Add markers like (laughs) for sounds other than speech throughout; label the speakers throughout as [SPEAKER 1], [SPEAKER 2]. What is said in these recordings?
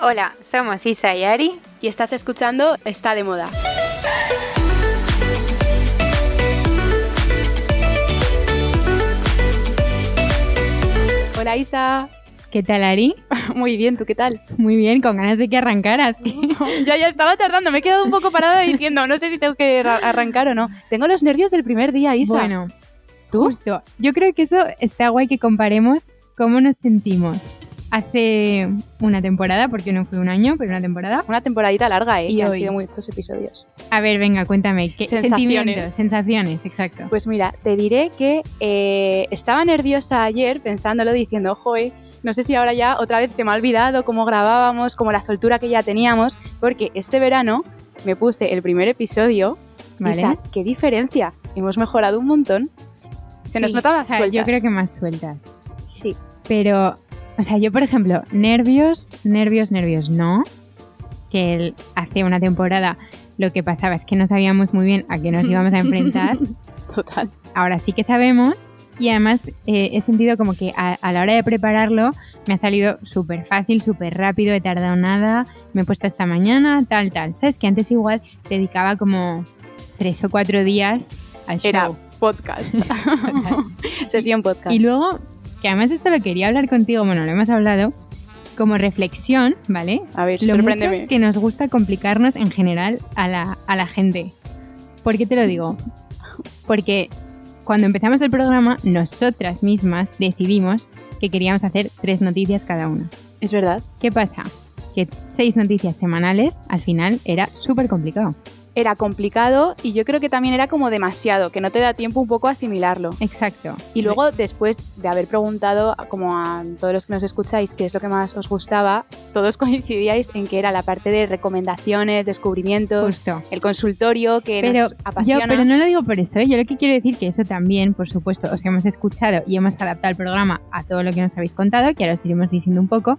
[SPEAKER 1] Hola, somos Isa y Ari.
[SPEAKER 2] y estás escuchando Está de Moda. Hola Isa,
[SPEAKER 3] ¿Qué tal, Ari?
[SPEAKER 2] (laughs) muy bien, ¿tú qué tal?
[SPEAKER 3] Muy bien, con ganas de que arrancaras.
[SPEAKER 2] ya, ya estaba tardando, me he quedado un poco parada diciendo, no sé si tengo que ra- arrancar o no. Tengo los nervios del primer día, Isa.
[SPEAKER 3] Bueno, justo. Yo creo que eso está guay que comparemos cómo nos sentimos. Hace una temporada, porque no fue un año, pero una temporada.
[SPEAKER 2] Una temporadita larga, ¿eh?
[SPEAKER 3] Y
[SPEAKER 2] que han
[SPEAKER 3] hoy.
[SPEAKER 2] sido muchos episodios.
[SPEAKER 3] A ver, venga, cuéntame. ¿Qué
[SPEAKER 2] Sensaciones.
[SPEAKER 3] sentimientos? Sensaciones, exacto.
[SPEAKER 2] Pues mira, te diré que eh, estaba nerviosa ayer pensándolo diciendo, joe, no sé si ahora ya otra vez se me ha olvidado cómo grabábamos, como la soltura que ya teníamos, porque este verano me puse el primer episodio.
[SPEAKER 3] ¿Vale?
[SPEAKER 2] Isa, qué diferencia. Hemos mejorado un montón. Se nos
[SPEAKER 3] Sí,
[SPEAKER 2] notaba
[SPEAKER 3] o sea,
[SPEAKER 2] sueltas.
[SPEAKER 3] Yo creo que más sueltas.
[SPEAKER 2] Sí.
[SPEAKER 3] Pero, o sea, yo por ejemplo, nervios, nervios, nervios, no. Que el- hace una temporada lo que pasaba es que no sabíamos muy bien a qué nos íbamos a
[SPEAKER 2] (laughs)
[SPEAKER 3] enfrentar.
[SPEAKER 2] Total.
[SPEAKER 3] Ahora sí que sabemos. Y además eh, he sentido como que a, a la hora de prepararlo me ha salido súper fácil, súper rápido, he tardado nada, me he puesto esta mañana, tal, tal. ¿Sabes? Que antes igual dedicaba como tres o cuatro días al show.
[SPEAKER 2] Era
[SPEAKER 3] (laughs)
[SPEAKER 2] podcast. (laughs) Sesión podcast.
[SPEAKER 3] Y luego, que además esto lo quería hablar contigo, bueno, lo hemos hablado, como reflexión, ¿vale?
[SPEAKER 2] A ver,
[SPEAKER 3] Lo mucho
[SPEAKER 2] sorpréndeme.
[SPEAKER 3] que nos gusta complicarnos en general a la, a la gente. ¿Por qué te lo digo? Porque cuando empezamos el programa, nosotras mismas decidimos que queríamos hacer tres noticias cada una.
[SPEAKER 2] Es verdad.
[SPEAKER 3] ¿Qué pasa? Que seis noticias semanales al final era súper complicado.
[SPEAKER 2] Era complicado y yo creo que también era como demasiado, que no te da tiempo un poco a asimilarlo.
[SPEAKER 3] Exacto.
[SPEAKER 2] Y luego, después de haber preguntado a- como a todos los que nos escucháis qué es lo que más os gustaba, todos (laughs) coincidíais en que era la parte de recomendaciones, descubrimientos,
[SPEAKER 3] Justo.
[SPEAKER 2] el consultorio que
[SPEAKER 3] Pues Pero
[SPEAKER 2] nos
[SPEAKER 3] Yo,
[SPEAKER 2] apasiona.
[SPEAKER 3] pero no lo digo por eso, ¿eh? yo lo que quiero decir que eso también, por supuesto, os hemos escuchado y hemos adaptado el programa a todo lo que nos habéis contado, que ahora os iremos diciendo un poco.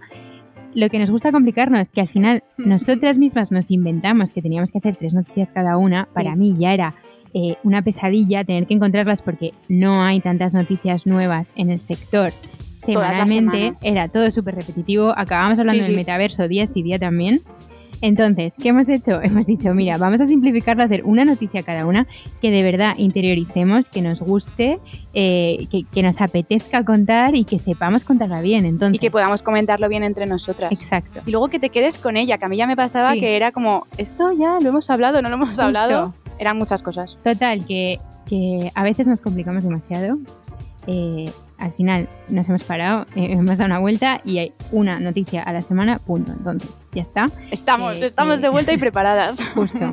[SPEAKER 3] Lo que nos gusta complicarnos es que al
[SPEAKER 2] (laughs)
[SPEAKER 3] final nosotras mismas nos inventamos que teníamos que hacer tres noticias cada una.
[SPEAKER 2] Sí.
[SPEAKER 3] Para mí ya era eh, una pesadilla tener que encontrarlas porque no hay tantas noticias nuevas en el sector.
[SPEAKER 2] las
[SPEAKER 3] Semanalmente
[SPEAKER 2] semanas.
[SPEAKER 3] era todo súper repetitivo, acabamos hablando
[SPEAKER 2] Sí,
[SPEAKER 3] del
[SPEAKER 2] sí.
[SPEAKER 3] metaverso día sí día también. Entonces, ¿qué hemos hecho? (laughs) Hemos dicho, mira, vamos a simplificarlo, hacer una noticia cada una que de verdad interioricemos, que nos guste, eh, que, que nos apetezca contar y que sepamos contarla bien. Entonces,
[SPEAKER 2] Y que podamos comentarlo bien entre nosotras.
[SPEAKER 3] Exacto.
[SPEAKER 2] Y luego que te quedes con ella, que a mí ya me pasaba
[SPEAKER 3] Sí.
[SPEAKER 2] que era como, esto ya lo hemos hablado, no lo hemos hablado.
[SPEAKER 3] Justo.
[SPEAKER 2] Eran muchas cosas.
[SPEAKER 3] Total, que, que a veces nos complicamos demasiado. Eh, al final nos hemos parado, (laughs) eh, hemos dado una vuelta y hay una noticia a la semana, punto. Entonces, ya está.
[SPEAKER 2] Estamos,
[SPEAKER 3] Eh,
[SPEAKER 2] estamos
[SPEAKER 3] eh.
[SPEAKER 2] de vuelta
[SPEAKER 3] (laughs)
[SPEAKER 2] y preparadas. (laughs)
[SPEAKER 3] Justo.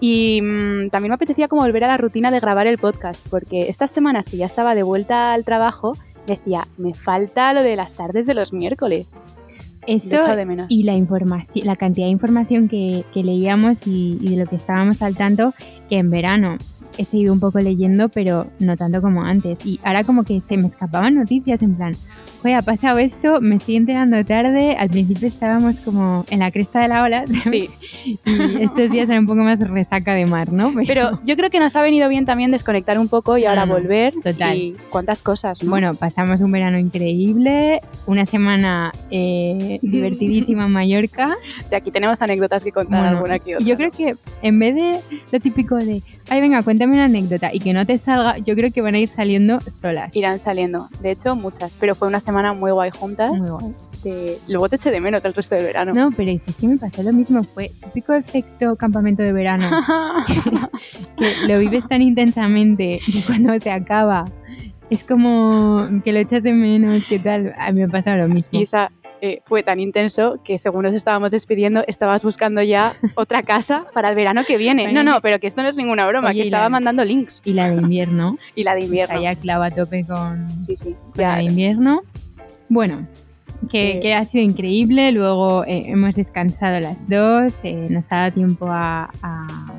[SPEAKER 2] Y mm, también me apetecía como volver a la rutina de grabar el podcast, porque estas semanas que ya estaba de vuelta al trabajo, decía, me falta lo de las tardes de los miércoles. Lo he
[SPEAKER 3] Eso
[SPEAKER 2] echado de menos.
[SPEAKER 3] y la información la cantidad de información que, que leíamos y, y de lo que estábamos al tanto que en verano he seguido un poco leyendo pero no tanto como antes y ahora como que se me escapaban noticias en plan Oye, ha pasado esto, me estoy enterando tarde. Al principio estábamos como en la cresta de la ola. (laughs) ¿sabes?
[SPEAKER 2] Sí,
[SPEAKER 3] Y estos días era un poco más resaca de mar, ¿no?
[SPEAKER 2] (laughs) pero yo creo que nos ha venido bien también desconectar un poco y ahora
[SPEAKER 3] Mm,
[SPEAKER 2] volver.
[SPEAKER 3] total.
[SPEAKER 2] Y cuántas cosas. ¿no?
[SPEAKER 3] Bueno, pasamos un verano increíble, una semana eh, divertidísima en Mallorca.
[SPEAKER 2] de aquí tenemos anécdotas que contar
[SPEAKER 3] Bueno,
[SPEAKER 2] alguna que
[SPEAKER 3] Y
[SPEAKER 2] otra.
[SPEAKER 3] yo creo que en vez de lo típico de, ay, venga, cuéntame una anécdota y que no te salga, yo creo que van a ir saliendo solas.
[SPEAKER 2] Irán saliendo. De hecho, muchas. Pero fue una semana muy guay juntas.
[SPEAKER 3] Muy guay.
[SPEAKER 2] Te- Luego te eché de menos el resto del verano.
[SPEAKER 3] No, pero si es que me pasó lo mismo, fue típico efecto campamento de
[SPEAKER 2] (laughs)
[SPEAKER 3] verano, que lo vives tan intensamente que cuando se acaba es como que lo echas de menos, ¿qué tal? A mí me pasa lo mismo.
[SPEAKER 2] Y esa eh, fue tan intenso que según nos estábamos despidiendo, estabas
[SPEAKER 3] (laughs)
[SPEAKER 2] buscando ya otra casa para el verano que viene. No,
[SPEAKER 3] Bueno.
[SPEAKER 2] no, pero que esto no es ninguna broma,
[SPEAKER 3] Oye,
[SPEAKER 2] que
[SPEAKER 3] y
[SPEAKER 2] estaba
[SPEAKER 3] la-
[SPEAKER 2] mandando links.
[SPEAKER 3] Y la de invierno,
[SPEAKER 2] Y la de invierno.
[SPEAKER 3] está ya clava a tope con,
[SPEAKER 2] Sí, sí.
[SPEAKER 3] con la
[SPEAKER 2] ya.
[SPEAKER 3] de invierno. Bueno, que,
[SPEAKER 2] Eh.
[SPEAKER 3] que ha sido increíble. Luego eh, hemos descansado las dos, eh, nos ha dado tiempo a, a-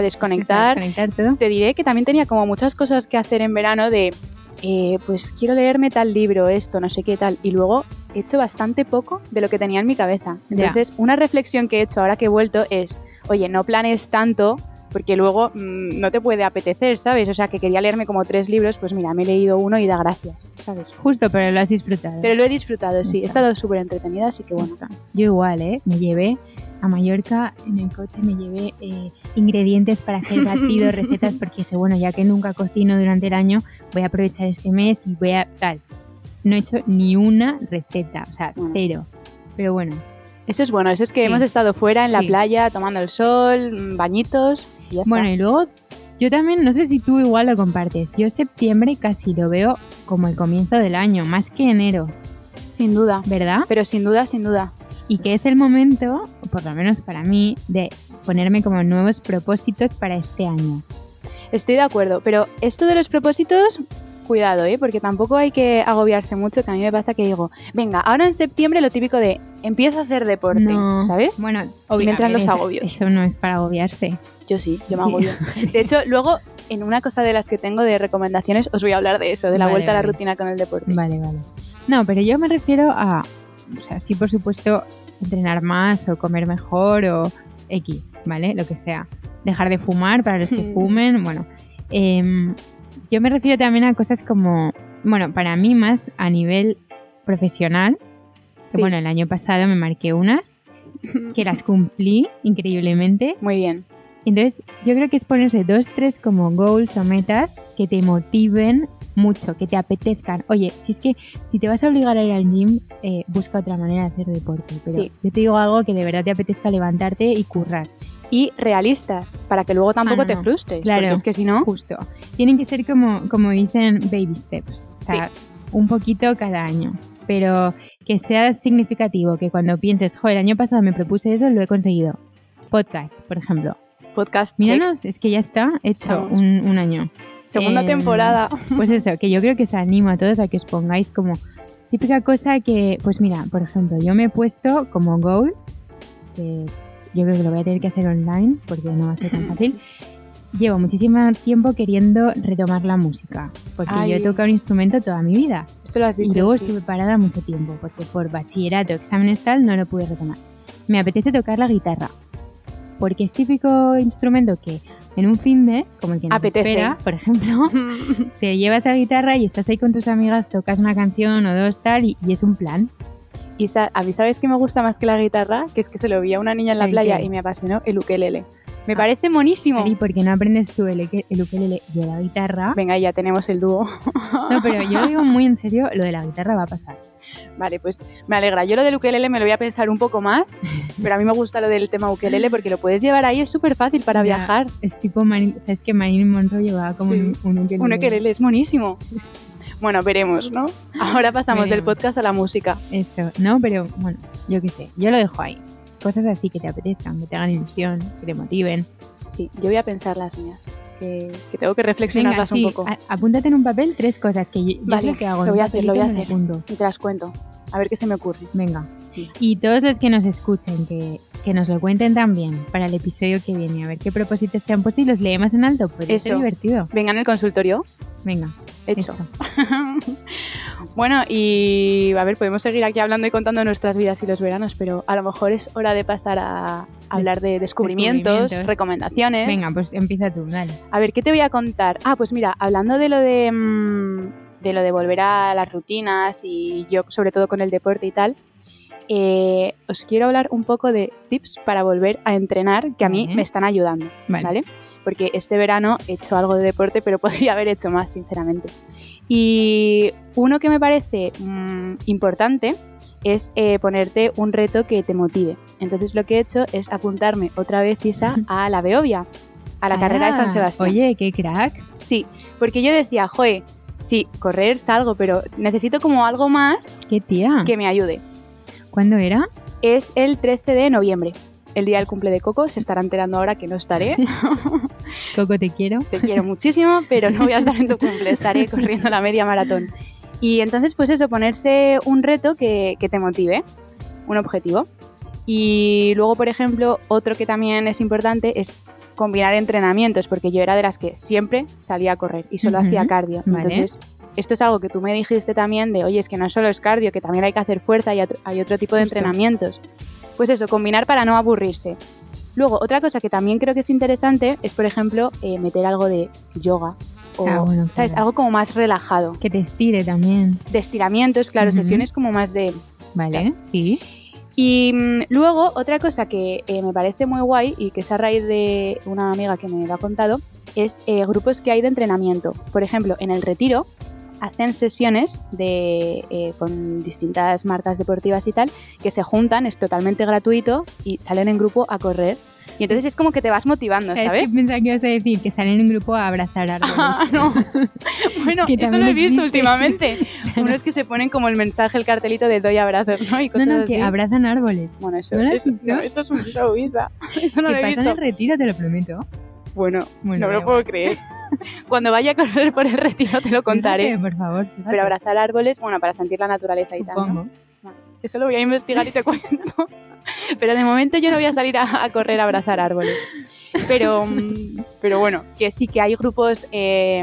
[SPEAKER 3] (laughs)
[SPEAKER 2] desconectar.
[SPEAKER 3] desconectar todo.
[SPEAKER 2] Te diré que también tenía como muchas cosas que hacer en verano de, eh, pues quiero leerme tal libro, esto, no sé qué tal. Y luego he hecho bastante poco de lo que tenía en mi cabeza.
[SPEAKER 3] Ya.
[SPEAKER 2] Entonces, una reflexión que he hecho ahora que he vuelto es, oye, no planes tanto porque luego mm, no te puede apetecer, ¿sabes? O sea, que quería leerme como tres libros, pues mira, me he leído uno y da gracias. ¿sabes?
[SPEAKER 3] Justo, pero lo has disfrutado.
[SPEAKER 2] Pero lo he disfrutado, sí.
[SPEAKER 3] Está.
[SPEAKER 2] He estado súper entretenida, así que
[SPEAKER 3] Ya
[SPEAKER 2] bueno.
[SPEAKER 3] está. Yo igual, ¿eh? Me llevé a Mallorca en el coche, me llevé eh, ingredientes para
[SPEAKER 2] (laughs)
[SPEAKER 3] hacer batidos, recetas, porque dije, bueno, ya que nunca cocino durante el año, voy a aprovechar este mes y voy a tal. No he hecho ni una receta, o sea,
[SPEAKER 2] Bueno.
[SPEAKER 3] cero. Pero bueno,
[SPEAKER 2] Eso es bueno, eso es que
[SPEAKER 3] Sí.
[SPEAKER 2] hemos estado fuera en la
[SPEAKER 3] Sí.
[SPEAKER 2] playa tomando el sol, mm, bañitos y ya está.
[SPEAKER 3] bueno, y luego yo también, no sé si tú igual lo compartes, yo septiembre casi lo veo como el comienzo del año, más que enero,
[SPEAKER 2] sin duda.
[SPEAKER 3] ¿verdad?
[SPEAKER 2] Pero sin duda, sin duda.
[SPEAKER 3] y que es el momento, o por lo menos para mí, de ponerme como nuevos propósitos para este año.
[SPEAKER 2] Estoy de acuerdo, pero esto de los propósitos, cuidado, ¿eh? porque tampoco hay que agobiarse mucho, que a mí me pasa que digo, venga, ahora en septiembre lo típico de empiezo a hacer deporte,
[SPEAKER 3] No.
[SPEAKER 2] ¿sabes?
[SPEAKER 3] Bueno,
[SPEAKER 2] me entran
[SPEAKER 3] a
[SPEAKER 2] los
[SPEAKER 3] eso-
[SPEAKER 2] agobios.
[SPEAKER 3] Eso no es para agobiarse.
[SPEAKER 2] Yo sí, yo me
[SPEAKER 3] Sí.
[SPEAKER 2] agobio. De hecho, luego, en una cosa de las que tengo de recomendaciones, os voy a hablar de eso, de la
[SPEAKER 3] Vale,
[SPEAKER 2] vuelta a la
[SPEAKER 3] vale.
[SPEAKER 2] rutina con el deporte.
[SPEAKER 3] Vale, vale. No, pero yo me refiero a, o sea, sí, por supuesto, entrenar más o comer mejor o X, ¿vale? Lo que sea. Dejar de fumar para los que
[SPEAKER 2] Mm.
[SPEAKER 3] fumen, bueno. Em, yo me refiero también a cosas como, bueno, para mí más a nivel profesional, que
[SPEAKER 2] Sí.
[SPEAKER 3] bueno, el año pasado me marqué unas, que las cumplí increíblemente.
[SPEAKER 2] Muy bien.
[SPEAKER 3] Entonces, yo creo que es ponerse dos, tres como goals o metas que te motiven mucho, que te apetezcan. Oye, si es que si te vas a obligar a ir al gym, eh, busca otra manera de hacer deporte. Pero
[SPEAKER 2] Sí.
[SPEAKER 3] yo te digo algo que de verdad te apetezca levantarte y currar.
[SPEAKER 2] Y realistas, para que luego tampoco
[SPEAKER 3] no,
[SPEAKER 2] te
[SPEAKER 3] Ah, no.
[SPEAKER 2] frustres,
[SPEAKER 3] Claro.
[SPEAKER 2] porque es que si no,
[SPEAKER 3] Justo. Tienen que ser como, como dicen baby steps. O sea, un poquito cada año. Pero que sea significativo, que cuando pienses, jo, el año pasado me propuse eso, lo he conseguido. Podcast, por ejemplo.
[SPEAKER 2] podcast, check.
[SPEAKER 3] Míranos, es que ya está hecho
[SPEAKER 2] Estamos.
[SPEAKER 3] un, un año.
[SPEAKER 2] segunda
[SPEAKER 3] Eh, (laughs)
[SPEAKER 2] temporada.
[SPEAKER 3] Pues eso, que yo creo que os animo a todos a que os pongáis como típica cosa que, pues mira, por ejemplo, yo me he puesto como goal, que yo creo que lo voy a tener que hacer online porque no va a ser
[SPEAKER 2] (laughs)
[SPEAKER 3] tan fácil. Llevo muchísimo tiempo queriendo retomar la música, porque yo he
[SPEAKER 2] Ay.
[SPEAKER 3] tocado un instrumento toda mi vida.
[SPEAKER 2] Eso lo has
[SPEAKER 3] Y
[SPEAKER 2] dicho.
[SPEAKER 3] luego
[SPEAKER 2] sí.
[SPEAKER 3] estuve parada mucho tiempo, porque por bachillerato, exámenes tal, no lo pude retomar. Me apetece tocar la guitarra, porque es típico instrumento que en un fin de, como el que nos
[SPEAKER 2] Apetece.
[SPEAKER 3] espera, por ejemplo,
[SPEAKER 2] (laughs)
[SPEAKER 3] te llevas la guitarra y estás ahí con tus amigas, tocas una canción o dos tal, y, y es un plan.
[SPEAKER 2] Y sa- a mí, ¿sabes qué me gusta más que la guitarra? Que es que se lo vi a una niña en la
[SPEAKER 3] ¿El
[SPEAKER 2] playa
[SPEAKER 3] qué?
[SPEAKER 2] y me apasionó el ukelele. Me
[SPEAKER 3] Ah.
[SPEAKER 2] parece monísimo.
[SPEAKER 3] ¿Y por qué no aprendes tú el, uke- el ukelele y la guitarra?
[SPEAKER 2] Venga, ya tenemos el dúo. (laughs)
[SPEAKER 3] No, pero yo lo digo muy en serio, lo de la guitarra va a pasar.
[SPEAKER 2] Vale, pues me alegra. Yo lo del ukelele me lo voy a pensar un
[SPEAKER 3] (laughs)
[SPEAKER 2] poco más, pero a mí me gusta lo del tema ukelele porque lo puedes llevar ahí, es súper fácil para
[SPEAKER 3] Ya.
[SPEAKER 2] viajar.
[SPEAKER 3] Es tipo, Marilyn- ¿sabes que Marilyn Monroe llevaba como
[SPEAKER 2] Sí.
[SPEAKER 3] un, un ukelele?
[SPEAKER 2] Un ukelele
[SPEAKER 3] (laughs)
[SPEAKER 2] es buenísimo. Bueno, veremos, ¿no? Ahora pasamos del
[SPEAKER 3] Veremos.
[SPEAKER 2] podcast a la música.
[SPEAKER 3] Eso, no, pero bueno, yo qué sé, yo lo dejo ahí. Cosas así que te apetezcan, que te hagan ilusión, que te motiven.
[SPEAKER 2] Sí, yo voy a pensar las mías, que, que tengo que reflexionarlas
[SPEAKER 3] sí,
[SPEAKER 2] un poco.
[SPEAKER 3] a- apúntate en un papel tres cosas que yo, yo es
[SPEAKER 2] Vale,
[SPEAKER 3] lo que hago.
[SPEAKER 2] lo
[SPEAKER 3] en
[SPEAKER 2] voy a
[SPEAKER 3] un
[SPEAKER 2] hacer, lo voy a
[SPEAKER 3] papelito me lo apunto.
[SPEAKER 2] Y te las cuento, a ver qué se me ocurre.
[SPEAKER 3] Venga.
[SPEAKER 2] Sí.
[SPEAKER 3] Y todos los que nos escuchen, que, que nos lo cuenten también para el episodio que viene, a ver qué propósitos se han puesto y los leemos en alto, porque es
[SPEAKER 2] Eso.
[SPEAKER 3] divertido.
[SPEAKER 2] Venga, en el consultorio,
[SPEAKER 3] Venga,
[SPEAKER 2] hecho. Bueno, y a ver, podemos seguir aquí hablando y contando nuestras vidas y los veranos, pero a lo mejor es hora de pasar a hablar de descubrimientos,
[SPEAKER 3] descubrimientos.
[SPEAKER 2] recomendaciones.
[SPEAKER 3] Venga, pues empieza tú, dale.
[SPEAKER 2] A ver, ¿qué te voy a contar? Ah, pues mira, hablando de lo de, mm, de lo de volver a las rutinas y yo sobre todo con el deporte y tal, eh, os quiero hablar un poco de tips para volver a entrenar que a mí
[SPEAKER 3] Vale.
[SPEAKER 2] me están ayudando.
[SPEAKER 3] Vale.
[SPEAKER 2] ¿vale? Porque este verano he hecho algo de deporte, pero (laughs) podría haber hecho más, sinceramente. Y uno que me parece mm, importante es eh, ponerte un reto que te motive. Entonces lo que he hecho es apuntarme otra vez, Isa, a la Beovia, a la carrera de
[SPEAKER 3] Ah,
[SPEAKER 2] San Sebastián.
[SPEAKER 3] Oye, qué crack.
[SPEAKER 2] Sí, porque yo decía, joe, sí, correr salgo, pero necesito como algo más
[SPEAKER 3] Qué tía.
[SPEAKER 2] que me ayude.
[SPEAKER 3] ¿Cuándo era?
[SPEAKER 2] Es el 13 de noviembre, el día del cumple de Coco, se estará enterando ahora que no estaré,
[SPEAKER 3] Coco, te quiero.
[SPEAKER 2] te quiero muchísimo, pero no voy a estar en tu
[SPEAKER 3] (laughs)
[SPEAKER 2] cumple, estaré corriendo la media maratón. Y entonces, pues eso, ponerse un reto que, que te motive, un objetivo. Y luego, por ejemplo, otro que también es importante es combinar entrenamientos, porque yo era de las que siempre salía a correr y solo
[SPEAKER 3] Ujú,
[SPEAKER 2] hacía cardio.
[SPEAKER 3] vale.
[SPEAKER 2] Entonces, esto es algo que tú me dijiste también de, oye, es que no solo es cardio, que también hay que hacer fuerza y otro- hay otro tipo de
[SPEAKER 3] Justo.
[SPEAKER 2] entrenamientos. Pues eso, combinar para no aburrirse. Luego, otra cosa que también creo que es interesante es, por ejemplo, eh, meter algo de yoga o,
[SPEAKER 3] Ah, bueno,
[SPEAKER 2] ¿sabes?
[SPEAKER 3] claro.
[SPEAKER 2] Algo como más relajado.
[SPEAKER 3] Que te estire también.
[SPEAKER 2] De estiramientos, claro,
[SPEAKER 3] Ujú.
[SPEAKER 2] sesiones como más de...
[SPEAKER 3] Vale, sí.
[SPEAKER 2] Y mm, luego, otra cosa que eh, me parece muy guay y que es a raíz de una amiga que me lo ha contado, es eh, grupos que hay de entrenamiento. Por ejemplo, en el retiro hacen sesiones de, eh, con distintas marcas deportivas y tal, que se juntan, es totalmente gratuito y salen en grupo a correr. Y entonces es como que te vas motivando,
[SPEAKER 3] Es
[SPEAKER 2] ¿sabes?
[SPEAKER 3] que pensaba que ibas a decir que salen en un grupo a abrazar árboles.
[SPEAKER 2] (laughs) Ah, no. Bueno,
[SPEAKER 3] Que
[SPEAKER 2] eso
[SPEAKER 3] también
[SPEAKER 2] lo he visto
[SPEAKER 3] existe.
[SPEAKER 2] últimamente. Unos que se ponen como el mensaje, el cartelito de doy abrazos, ¿no? Y
[SPEAKER 3] No,
[SPEAKER 2] cosas
[SPEAKER 3] no, que
[SPEAKER 2] así.
[SPEAKER 3] abrazan árboles.
[SPEAKER 2] Bueno, eso,
[SPEAKER 3] ¿No lo has
[SPEAKER 2] eso-
[SPEAKER 3] visto?
[SPEAKER 2] no, eso es un show, Isa. (laughs) Eso no
[SPEAKER 3] que
[SPEAKER 2] lo he
[SPEAKER 3] pasan
[SPEAKER 2] visto.
[SPEAKER 3] el retiro, te lo prometo.
[SPEAKER 2] Bueno,
[SPEAKER 3] Bueno,
[SPEAKER 2] no me
[SPEAKER 3] da
[SPEAKER 2] lo puedo creer. (laughs) Cuando vaya a correr por el retiro te lo contaré.
[SPEAKER 3] Fíjate, por favor. fíjate.
[SPEAKER 2] ¿eh? Pero abrazar árboles, bueno, para sentir la naturaleza y tal. ¿no?
[SPEAKER 3] Supongo.
[SPEAKER 2] Eso lo voy a investigar y te cuento. (laughs) Pero de momento yo no voy a salir a, a correr a abrazar árboles. Pero, mm, (laughs) pero bueno, que sí que hay grupos eh,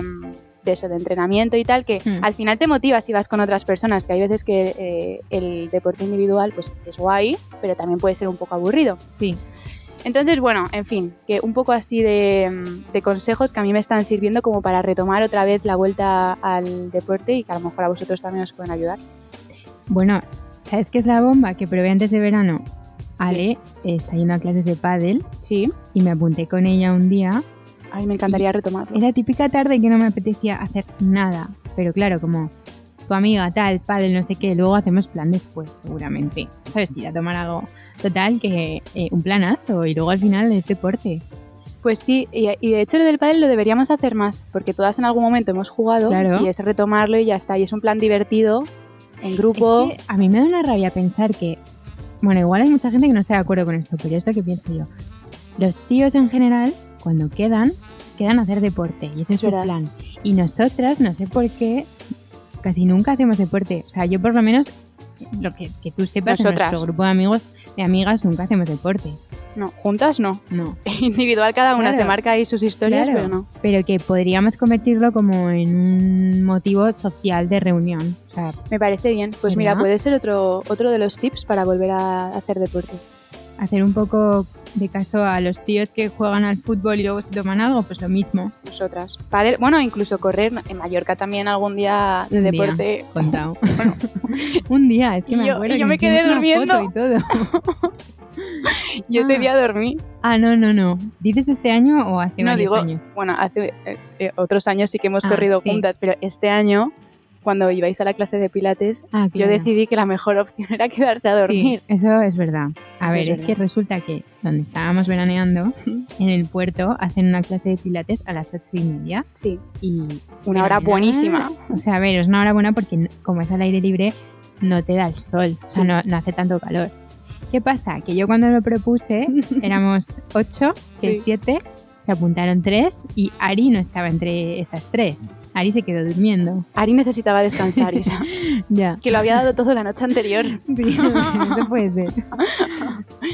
[SPEAKER 2] de eso, de entrenamiento y tal, que
[SPEAKER 3] Hmm.
[SPEAKER 2] al final te motivas si vas con otras personas, que hay veces que eh, el deporte individual pues es guay, pero también puede ser un poco aburrido.
[SPEAKER 3] Sí.
[SPEAKER 2] Entonces, bueno, en fin, que un poco así de, mm, de consejos que a mí me están sirviendo como para retomar otra vez la vuelta al deporte y que a lo mejor a vosotros también os pueden ayudar.
[SPEAKER 3] Bueno, ¿sabes qué es la bomba? Que probé antes de verano. Ale eh, está yendo a clases de pádel
[SPEAKER 2] Sí,
[SPEAKER 3] y me apunté con ella un día.
[SPEAKER 2] ay, me encantaría retomarlo.
[SPEAKER 3] Era típica tarde que no me apetecía hacer nada. Pero claro, como tu amiga, tal, pádel, no sé qué, luego hacemos plan después, seguramente. ¿Sabes? Ir a tomar algo. Total, que eh, un planazo y luego al final es deporte.
[SPEAKER 2] Pues sí, y, y de hecho lo del pádel lo deberíamos hacer más, porque todas en algún momento hemos jugado
[SPEAKER 3] Claro.
[SPEAKER 2] y es retomarlo y ya está, y es un plan divertido en grupo.
[SPEAKER 3] Es que a mí me da una rabia pensar que, bueno, igual hay mucha gente que no está de acuerdo con esto, pero es lo que pienso yo. Los tíos en general, cuando quedan, quedan a hacer deporte y ese es su
[SPEAKER 2] verdad.
[SPEAKER 3] plan. Y nosotras, no sé por qué, casi nunca hacemos deporte. O sea, yo por lo menos, lo que, que tú sepas,
[SPEAKER 2] Nosotras.
[SPEAKER 3] en nuestro grupo de amigos, de amigas, nunca hacemos deporte.
[SPEAKER 2] No, juntas no, (laughs)
[SPEAKER 3] No.
[SPEAKER 2] individual cada una
[SPEAKER 3] Claro.
[SPEAKER 2] se marca ahí sus historias,
[SPEAKER 3] Claro.
[SPEAKER 2] pero no.
[SPEAKER 3] Pero que podríamos convertirlo como en un motivo social de reunión. O sea,
[SPEAKER 2] Me parece bien. Pues mira,
[SPEAKER 3] ¿Verdad?
[SPEAKER 2] puede ser otro, otro de los tips para volver a hacer deporte.
[SPEAKER 3] hacer un poco de caso a los tíos que juegan al fútbol y luego se toman algo, pues lo mismo.
[SPEAKER 2] nosotras. Padel- bueno, incluso correr en Mallorca también algún día de
[SPEAKER 3] Un día.
[SPEAKER 2] deporte.
[SPEAKER 3] Contado. (laughs) un día, es que
[SPEAKER 2] Y
[SPEAKER 3] me
[SPEAKER 2] yo-
[SPEAKER 3] acuerdo.
[SPEAKER 2] y yo
[SPEAKER 3] que
[SPEAKER 2] me
[SPEAKER 3] nos
[SPEAKER 2] quedé
[SPEAKER 3] hicimos una
[SPEAKER 2] durmiendo.
[SPEAKER 3] foto y todo.
[SPEAKER 2] Yo ese
[SPEAKER 3] Ah.
[SPEAKER 2] día dormí.
[SPEAKER 3] Ah, no, no, no. ¿Dices este año o hace
[SPEAKER 2] No,
[SPEAKER 3] varios
[SPEAKER 2] digo-
[SPEAKER 3] años?
[SPEAKER 2] Bueno, hace eh, eh, otros años sí que hemos
[SPEAKER 3] Ah,
[SPEAKER 2] corrido
[SPEAKER 3] sí.
[SPEAKER 2] juntas, pero este año, cuando ibais a la clase de pilates,
[SPEAKER 3] Ah,
[SPEAKER 2] yo
[SPEAKER 3] claro.
[SPEAKER 2] decidí que la mejor (laughs) opción era quedarse a
[SPEAKER 3] Sí,
[SPEAKER 2] dormir.
[SPEAKER 3] eso es verdad. A
[SPEAKER 2] Eso
[SPEAKER 3] ver, es,
[SPEAKER 2] es
[SPEAKER 3] que
[SPEAKER 2] verdad.
[SPEAKER 3] resulta que donde estábamos
[SPEAKER 2] (laughs)
[SPEAKER 3] veraneando, en el puerto, hacen una clase de pilates a las ocho y media
[SPEAKER 2] Sí,
[SPEAKER 3] y
[SPEAKER 2] una hora
[SPEAKER 3] Fenomenal.
[SPEAKER 2] buenísima.
[SPEAKER 3] O sea, a ver, es una hora buena porque n- como es al aire libre, no te da el sol, o sea,
[SPEAKER 2] Sí.
[SPEAKER 3] no, no hace tanto calor. ¿Qué pasa? Que yo cuando lo
[SPEAKER 2] (laughs)
[SPEAKER 3] propuse éramos ocho, que
[SPEAKER 2] Sí.
[SPEAKER 3] siete, se apuntaron tres y Ari no estaba entre esas tres. Ari se quedó durmiendo.
[SPEAKER 2] Ari necesitaba
[SPEAKER 3] (laughs)
[SPEAKER 2] descansar, Isa,
[SPEAKER 3] Ya.
[SPEAKER 2] que lo había dado todo la noche anterior.
[SPEAKER 3] (laughs) eso puede ser.
[SPEAKER 2] (laughs)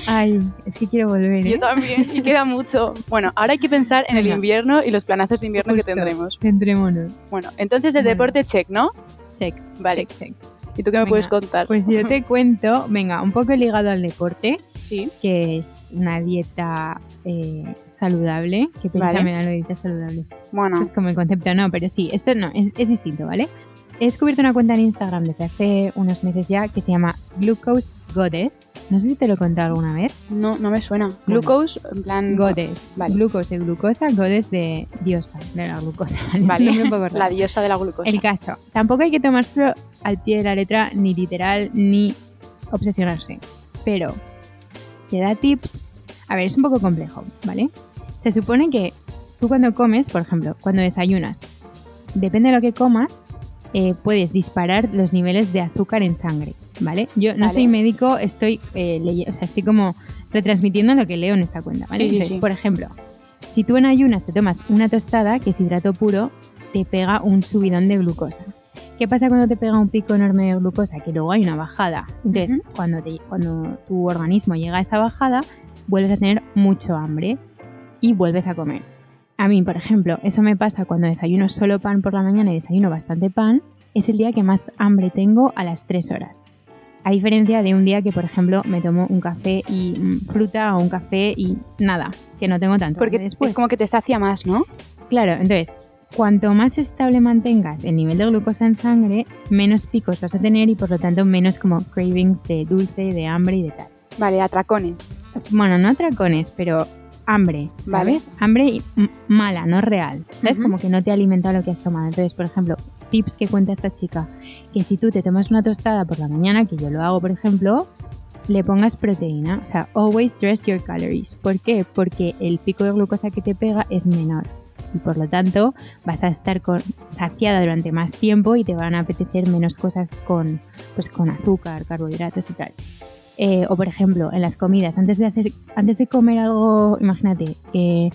[SPEAKER 3] Ay, es que quiero volver. ¿eh?
[SPEAKER 2] Yo también, y queda mucho. Bueno, ahora hay que pensar en el
[SPEAKER 3] Venga.
[SPEAKER 2] invierno y los planazos de invierno
[SPEAKER 3] Justo.
[SPEAKER 2] que tendremos.
[SPEAKER 3] Centrémonos.
[SPEAKER 2] Bueno, entonces el
[SPEAKER 3] Bueno.
[SPEAKER 2] deporte check, ¿no?
[SPEAKER 3] Check.
[SPEAKER 2] Vale.
[SPEAKER 3] Check, check.
[SPEAKER 2] ¿Y tú qué me
[SPEAKER 3] Venga,
[SPEAKER 2] puedes contar?
[SPEAKER 3] Pues yo
[SPEAKER 2] (laughs)
[SPEAKER 3] te cuento, venga, un poco ligado al deporte.
[SPEAKER 2] sí.
[SPEAKER 3] que es una dieta eh, saludable. que pereza
[SPEAKER 2] Vale. Ah.
[SPEAKER 3] me da la dieta saludable.
[SPEAKER 2] Bueno,
[SPEAKER 3] Es como el concepto, no, pero sí, esto no, es, es distinto, ¿vale? He descubierto una cuenta en Instagram desde hace unos meses ya que se llama Glucose Goddess. No sé si te lo he contado alguna vez.
[SPEAKER 2] no, no me suena. Glucose, en plan.
[SPEAKER 3] Goddess.
[SPEAKER 2] Vale.
[SPEAKER 3] Glucose de glucosa, Goddess de diosa, de la glucosa. (laughs) Es un
[SPEAKER 2] Vale.
[SPEAKER 3] nombre un poco raro.
[SPEAKER 2] La diosa de la glucosa.
[SPEAKER 3] El caso. Tampoco hay que tomárselo al pie de la letra, ni literal, ni obsesionarse. Pero te da tips. A ver, es un poco complejo, ¿vale? Se supone que tú cuando comes, por ejemplo, cuando desayunas, depende de lo que comas, eh, puedes disparar los niveles de azúcar en sangre, ¿vale? Yo no
[SPEAKER 2] Vale.
[SPEAKER 3] soy médico, estoy, eh, leye- o sea, estoy como retransmitiendo lo que leo en esta cuenta, ¿vale?
[SPEAKER 2] Sí, sí,
[SPEAKER 3] Entonces,
[SPEAKER 2] sí.
[SPEAKER 3] por ejemplo, si tú en ayunas te tomas una tostada, que es hidrato puro, te pega un subidón de glucosa. ¿Qué pasa cuando te pega un pico enorme de glucosa? Que luego hay una bajada. Entonces,
[SPEAKER 2] Ujú.
[SPEAKER 3] cuando, te- cuando tu organismo llega a esa bajada, vuelves a tener mucho hambre y vuelves a comer. A mí, por ejemplo, eso me pasa cuando desayuno solo pan por la mañana y desayuno bastante pan. Es el día que más hambre tengo a las 3 horas. A diferencia de un día que, por ejemplo, me tomo un café y mm, fruta o un café y nada, que no tengo tanto
[SPEAKER 2] Porque
[SPEAKER 3] hambre después.
[SPEAKER 2] es como que te sacia más, ¿no?
[SPEAKER 3] Claro, entonces, cuanto más estable mantengas el nivel de glucosa en sangre, menos picos vas a tener y por lo tanto menos como cravings de dulce, de hambre y de tal.
[SPEAKER 2] Vale, atracones.
[SPEAKER 3] Bueno, no atracones, pero hambre, ¿sabes? Hambre y- m- mala, no real. ¿Sabes?
[SPEAKER 2] Ujú.
[SPEAKER 3] Como que no te ha alimentado lo que has tomado. Entonces, por ejemplo, tips que cuenta esta chica, que si tú te tomas una tostada por la mañana, que yo lo hago, por ejemplo, le pongas proteína. O sea, always dress your calories. ¿Por qué? Porque el pico de glucosa que te pega es menor. Y por lo tanto, vas a estar con- saciada durante más tiempo y te van a apetecer menos cosas con, pues, con azúcar, carbohidratos y tal. Eh, o por ejemplo, en las comidas, antes de hacer, antes de comer algo, imagínate, que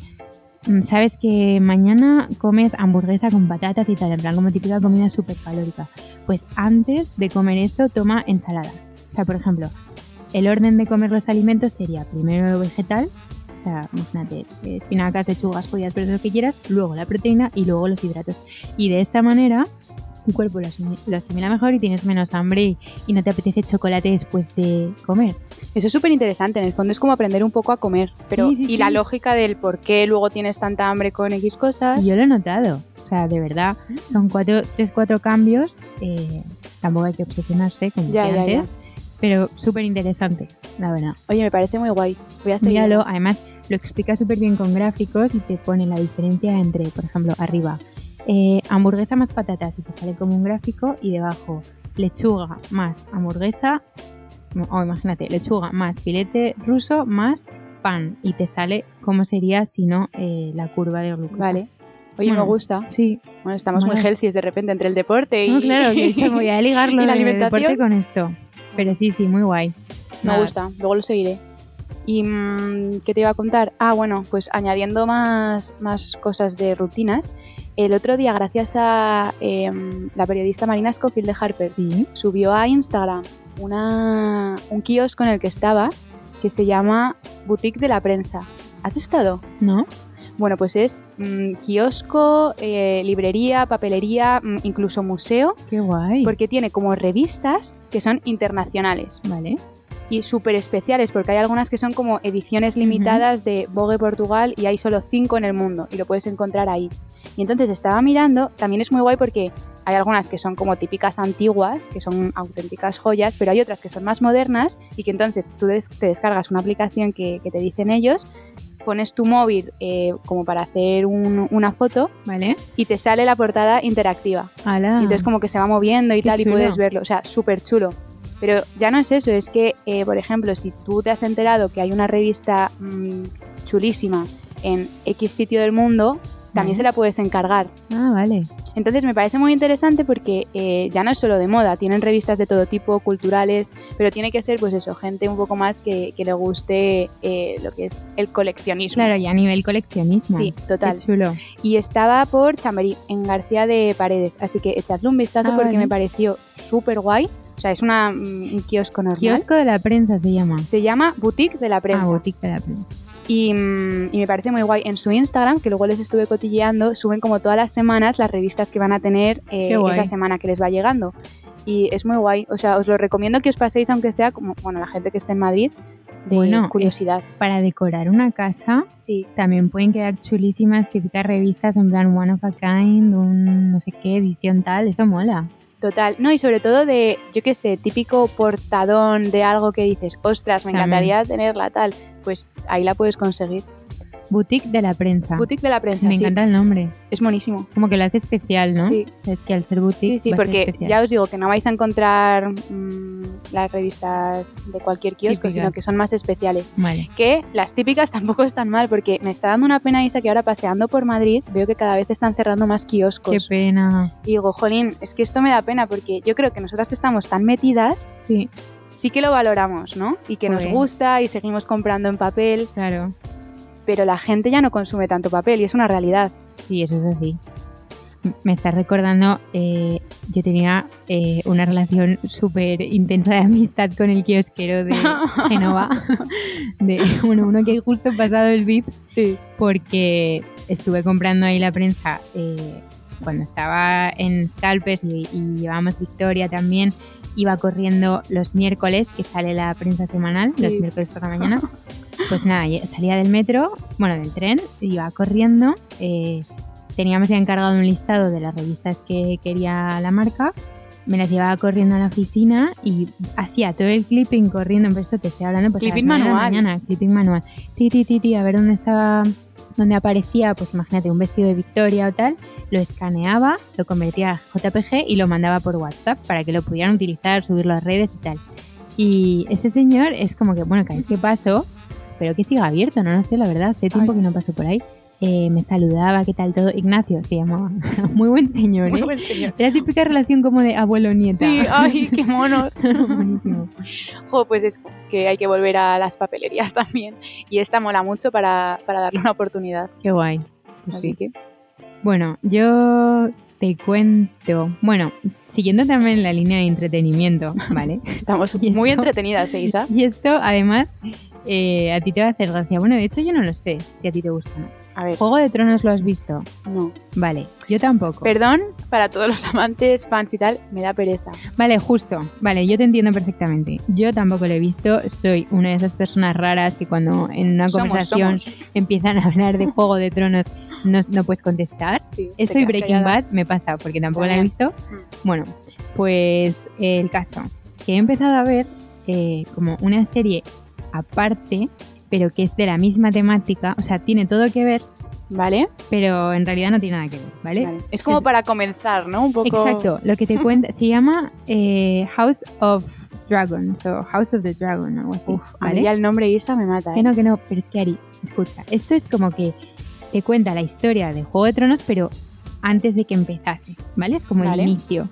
[SPEAKER 3] mm, sabes que mañana comes hamburguesa con patatas y tal, en plan como típica comida súper calórica. Pues antes de comer eso, toma ensalada. O sea, por ejemplo, el orden de comer los alimentos sería primero vegetal, o sea, imagínate, espinacas, lechugas, pollas, verdes, lo que quieras, luego la proteína y luego los hidratos. Y de esta manera, tu cuerpo lo asimi- lo asimila mejor y tienes menos hambre y, y no te apetece chocolate después de comer.
[SPEAKER 2] Eso es súper interesante, en el fondo es como aprender un poco a comer, pero
[SPEAKER 3] Sí, sí,
[SPEAKER 2] y
[SPEAKER 3] sí.
[SPEAKER 2] la lógica del por qué luego tienes tanta hambre con X cosas.
[SPEAKER 3] Y yo lo he notado. O sea, de verdad, son cuatro, tres, cuatro cambios. eh, tampoco hay que obsesionarse, como
[SPEAKER 2] Ya,
[SPEAKER 3] decía
[SPEAKER 2] ya, ya.
[SPEAKER 3] antes. Pero súper interesante, la verdad.
[SPEAKER 2] Oye, me parece muy guay. Voy a seguir.
[SPEAKER 3] Míralo, además lo explica súper bien con gráficos y te pone la diferencia entre, por ejemplo, arriba, eh, hamburguesa más patatas y te sale como un gráfico y debajo, lechuga más hamburguesa, o imagínate, lechuga más filete ruso más pan y te sale cómo sería si no eh, la curva de glucosa.
[SPEAKER 2] Vale. Oye,
[SPEAKER 3] Bueno.
[SPEAKER 2] me gusta.
[SPEAKER 3] Sí,
[SPEAKER 2] Bueno, estamos
[SPEAKER 3] Bueno.
[SPEAKER 2] muy healthy de repente entre el deporte y
[SPEAKER 3] No, claro, que
[SPEAKER 2] (laughs)
[SPEAKER 3] esto voy a ligarlo
[SPEAKER 2] ¿Y la
[SPEAKER 3] de
[SPEAKER 2] alimentación?
[SPEAKER 3] deporte con esto. Pero sí, sí, muy guay.
[SPEAKER 2] Me
[SPEAKER 3] Nada,
[SPEAKER 2] gusta, luego lo seguiré. ¿Y mm, qué te iba a contar? Ah, bueno, pues añadiendo más, más cosas de rutinas. El otro día, gracias a em, la periodista Marina Scofield de Harper's,
[SPEAKER 3] Sí,
[SPEAKER 2] subió a Instagram una, un kiosco en el que estaba que se llama Boutique de la Prensa. ¿Has estado?
[SPEAKER 3] ¿no?
[SPEAKER 2] Bueno, pues es mm, kiosco, eh, librería, papelería, mm, incluso museo,
[SPEAKER 3] Qué guay.
[SPEAKER 2] porque tiene como revistas que son internacionales
[SPEAKER 3] Vale.
[SPEAKER 2] y súper especiales, porque hay algunas que son como ediciones limitadas de Vogue Portugal y hay solo cinco en el mundo y lo puedes encontrar ahí. Y entonces estaba mirando, también es muy guay porque hay algunas que son como típicas antiguas, que son auténticas joyas, pero hay otras que son más modernas y que entonces tú des- te descargas una aplicación que, que te dicen ellos, pones tu móvil eh, como para hacer un- una foto
[SPEAKER 3] Vale.
[SPEAKER 2] y te sale la portada interactiva.
[SPEAKER 3] Ala.
[SPEAKER 2] Y entonces como que se va moviendo y
[SPEAKER 3] Ah. Qué
[SPEAKER 2] tal
[SPEAKER 3] chulo.
[SPEAKER 2] y puedes verlo, o sea, súper chulo. Pero ya no es eso, es que, eh, por ejemplo, si tú te has enterado que hay una revista mm, chulísima en X sitio del mundo, también
[SPEAKER 3] Vale.
[SPEAKER 2] se la puedes encargar.
[SPEAKER 3] Ah, vale.
[SPEAKER 2] Entonces me parece muy interesante porque eh, ya no es solo de moda, tienen revistas de todo tipo, culturales, pero tiene que ser pues eso, gente un poco más que, que le guste eh, lo que es el coleccionismo.
[SPEAKER 3] Claro, y a nivel coleccionismo.
[SPEAKER 2] Sí, total
[SPEAKER 3] Qué chulo.
[SPEAKER 2] y estaba por Chamberí, en García de Paredes. Así que echadle un vistazo
[SPEAKER 3] Ah,
[SPEAKER 2] porque
[SPEAKER 3] vale.
[SPEAKER 2] me pareció súper guay. O sea, es una, mm, un kiosco normal.
[SPEAKER 3] Kiosco de la prensa se llama.
[SPEAKER 2] Se llama Boutique de la
[SPEAKER 3] Ah,
[SPEAKER 2] Prensa.
[SPEAKER 3] boutique de la prensa.
[SPEAKER 2] y, mm, y me parece muy guay. En su Instagram, que luego les estuve cotilleando, suben como todas las semanas las revistas que van a tener eh,
[SPEAKER 3] Qué guay.
[SPEAKER 2] esa semana que les va llegando. Y es muy guay. O sea, os lo recomiendo que os paséis, aunque sea como, bueno, la gente que esté en Madrid, de
[SPEAKER 3] Bueno, es-
[SPEAKER 2] curiosidad.
[SPEAKER 3] Para decorar una casa
[SPEAKER 2] Sí,
[SPEAKER 3] también pueden quedar chulísimas típicas revistas en plan One of a Kind, un no sé qué, edición tal. Eso mola.
[SPEAKER 2] Total, no, y sobre todo de, yo qué sé, típico portadón de algo que dices, ostras, me
[SPEAKER 3] También.
[SPEAKER 2] encantaría tenerla tal, pues ahí la puedes conseguir.
[SPEAKER 3] Boutique de la prensa.
[SPEAKER 2] Boutique de la prensa,
[SPEAKER 3] Me
[SPEAKER 2] sí,
[SPEAKER 3] encanta el nombre.
[SPEAKER 2] es buenísimo.
[SPEAKER 3] Como que lo hace especial, ¿no?
[SPEAKER 2] Sí,
[SPEAKER 3] Es que al ser boutique.
[SPEAKER 2] sí, sí,
[SPEAKER 3] va a ser
[SPEAKER 2] porque
[SPEAKER 3] especial.
[SPEAKER 2] ya os digo que no vais a encontrar mm, las revistas de cualquier kiosco,
[SPEAKER 3] Típicas.
[SPEAKER 2] sino que son más especiales.
[SPEAKER 3] Vale.
[SPEAKER 2] Que las típicas (laughs) tampoco están mal, porque me está dando una pena, Isa, que ahora paseando por Madrid veo que cada vez están cerrando más
[SPEAKER 3] Qué
[SPEAKER 2] kioscos.
[SPEAKER 3] pena.
[SPEAKER 2] Y digo, jolín, es que esto me da pena, porque yo creo que nosotras que estamos tan metidas,
[SPEAKER 3] Sí,
[SPEAKER 2] sí que lo valoramos, ¿no? Y que nos
[SPEAKER 3] Joder.
[SPEAKER 2] gusta y seguimos comprando en papel,
[SPEAKER 3] claro.
[SPEAKER 2] pero la gente ya no consume tanto papel y es una realidad.
[SPEAKER 3] Sí, eso es así. M- Me estás recordando, eh, yo tenía eh, una relación súper intensa de amistad con el kiosquero
[SPEAKER 2] (laughs)
[SPEAKER 3] de Genova, de bueno, uno que justo he pasado el VIPS,
[SPEAKER 2] Sí.
[SPEAKER 3] porque estuve comprando ahí la prensa eh, cuando estaba en Scalpers y, y llevábamos Victoria también. Iba corriendo los miércoles, que sale la prensa semanal,
[SPEAKER 2] Sí.
[SPEAKER 3] los miércoles por la mañana. Pues nada, ye- salía del metro, bueno, del tren, iba corriendo eh, teníamos ya encargado un listado de las revistas que quería la marca. Me las llevaba corriendo a la oficina y hacía todo el clipping corriendo. Por esto te estoy hablando. Pues, a las
[SPEAKER 2] Clipping
[SPEAKER 3] nueve de la
[SPEAKER 2] manual.
[SPEAKER 3] mañana, clipping manual. Ti, ti, ti, ti, a ver dónde estaba, dónde aparecía, pues imagínate, un vestido de Victoria o tal. Lo escaneaba, lo convertía a JPG y lo mandaba por WhatsApp para que lo pudieran utilizar, subirlo a redes y tal. Y este señor es como que, bueno, cada vez que paso, espero que siga abierto, no lo sé, la verdad, hace tiempo que no paso por ahí. Eh, me saludaba, ¿qué tal todo? Ignacio se llamaba. (laughs) Muy buen señor,
[SPEAKER 2] Muy
[SPEAKER 3] ¿eh?
[SPEAKER 2] buen señor.
[SPEAKER 3] Era típica relación como de abuelo-nieta.
[SPEAKER 2] Sí, ay, qué monos.
[SPEAKER 3] (laughs) Buenísimo.
[SPEAKER 2] Jo, pues es que hay que volver a las papelerías (laughs) también. Y esta mola mucho para, para darle una oportunidad.
[SPEAKER 3] Qué guay. Pues
[SPEAKER 2] Así
[SPEAKER 3] sí.
[SPEAKER 2] que
[SPEAKER 3] Bueno, yo te cuento. Bueno, siguiendo también la línea de
[SPEAKER 2] (laughs)
[SPEAKER 3] entretenimiento, ¿vale?
[SPEAKER 2] estamos
[SPEAKER 3] Y
[SPEAKER 2] muy
[SPEAKER 3] eso-
[SPEAKER 2] entretenidas, ¿eh, Isa.
[SPEAKER 3] Y esto, además, eh, a ti te va a hacer gracia. Bueno, de hecho, yo no lo sé si a ti te gusta. o no.
[SPEAKER 2] A ver,
[SPEAKER 3] Juego de Tronos lo has visto.
[SPEAKER 2] no.
[SPEAKER 3] Vale, yo tampoco.
[SPEAKER 2] Perdón para todos los amantes, fans y tal, me da pereza.
[SPEAKER 3] Vale, justo. Vale, yo te entiendo perfectamente. Yo tampoco lo he visto. Soy una de esas personas raras que cuando en una
[SPEAKER 2] Somos,
[SPEAKER 3] conversación empiezan a hablar de Juego de Tronos no, no puedes contestar.
[SPEAKER 2] Sí, te
[SPEAKER 3] Eso y
[SPEAKER 2] quedas
[SPEAKER 3] Breaking
[SPEAKER 2] callada. Mm.
[SPEAKER 3] Bad me pasa porque tampoco la he
[SPEAKER 2] También.
[SPEAKER 3] visto. Bueno, pues eh, el caso. Que he empezado a ver eh, como una serie aparte, pero que es de la misma temática. O sea, tiene todo que ver,
[SPEAKER 2] ¿Vale?
[SPEAKER 3] pero en realidad no tiene nada que ver, ¿vale?
[SPEAKER 2] Vale. Es como
[SPEAKER 3] Es-
[SPEAKER 2] para comenzar, ¿no? Un poco.
[SPEAKER 3] Exacto, lo que te cuenta se llama eh, House of Dragons o House of the Dragon o algo así,
[SPEAKER 2] Uf, a mí
[SPEAKER 3] ¿vale?
[SPEAKER 2] ya el nombre Isa me mata.
[SPEAKER 3] Que
[SPEAKER 2] ¿eh?
[SPEAKER 3] no, que no, pero es que Ari, escucha, esto es como que te cuenta la historia de Juego de Tronos, pero antes de que empezase, ¿vale? Es como
[SPEAKER 2] Vale.
[SPEAKER 3] el inicio.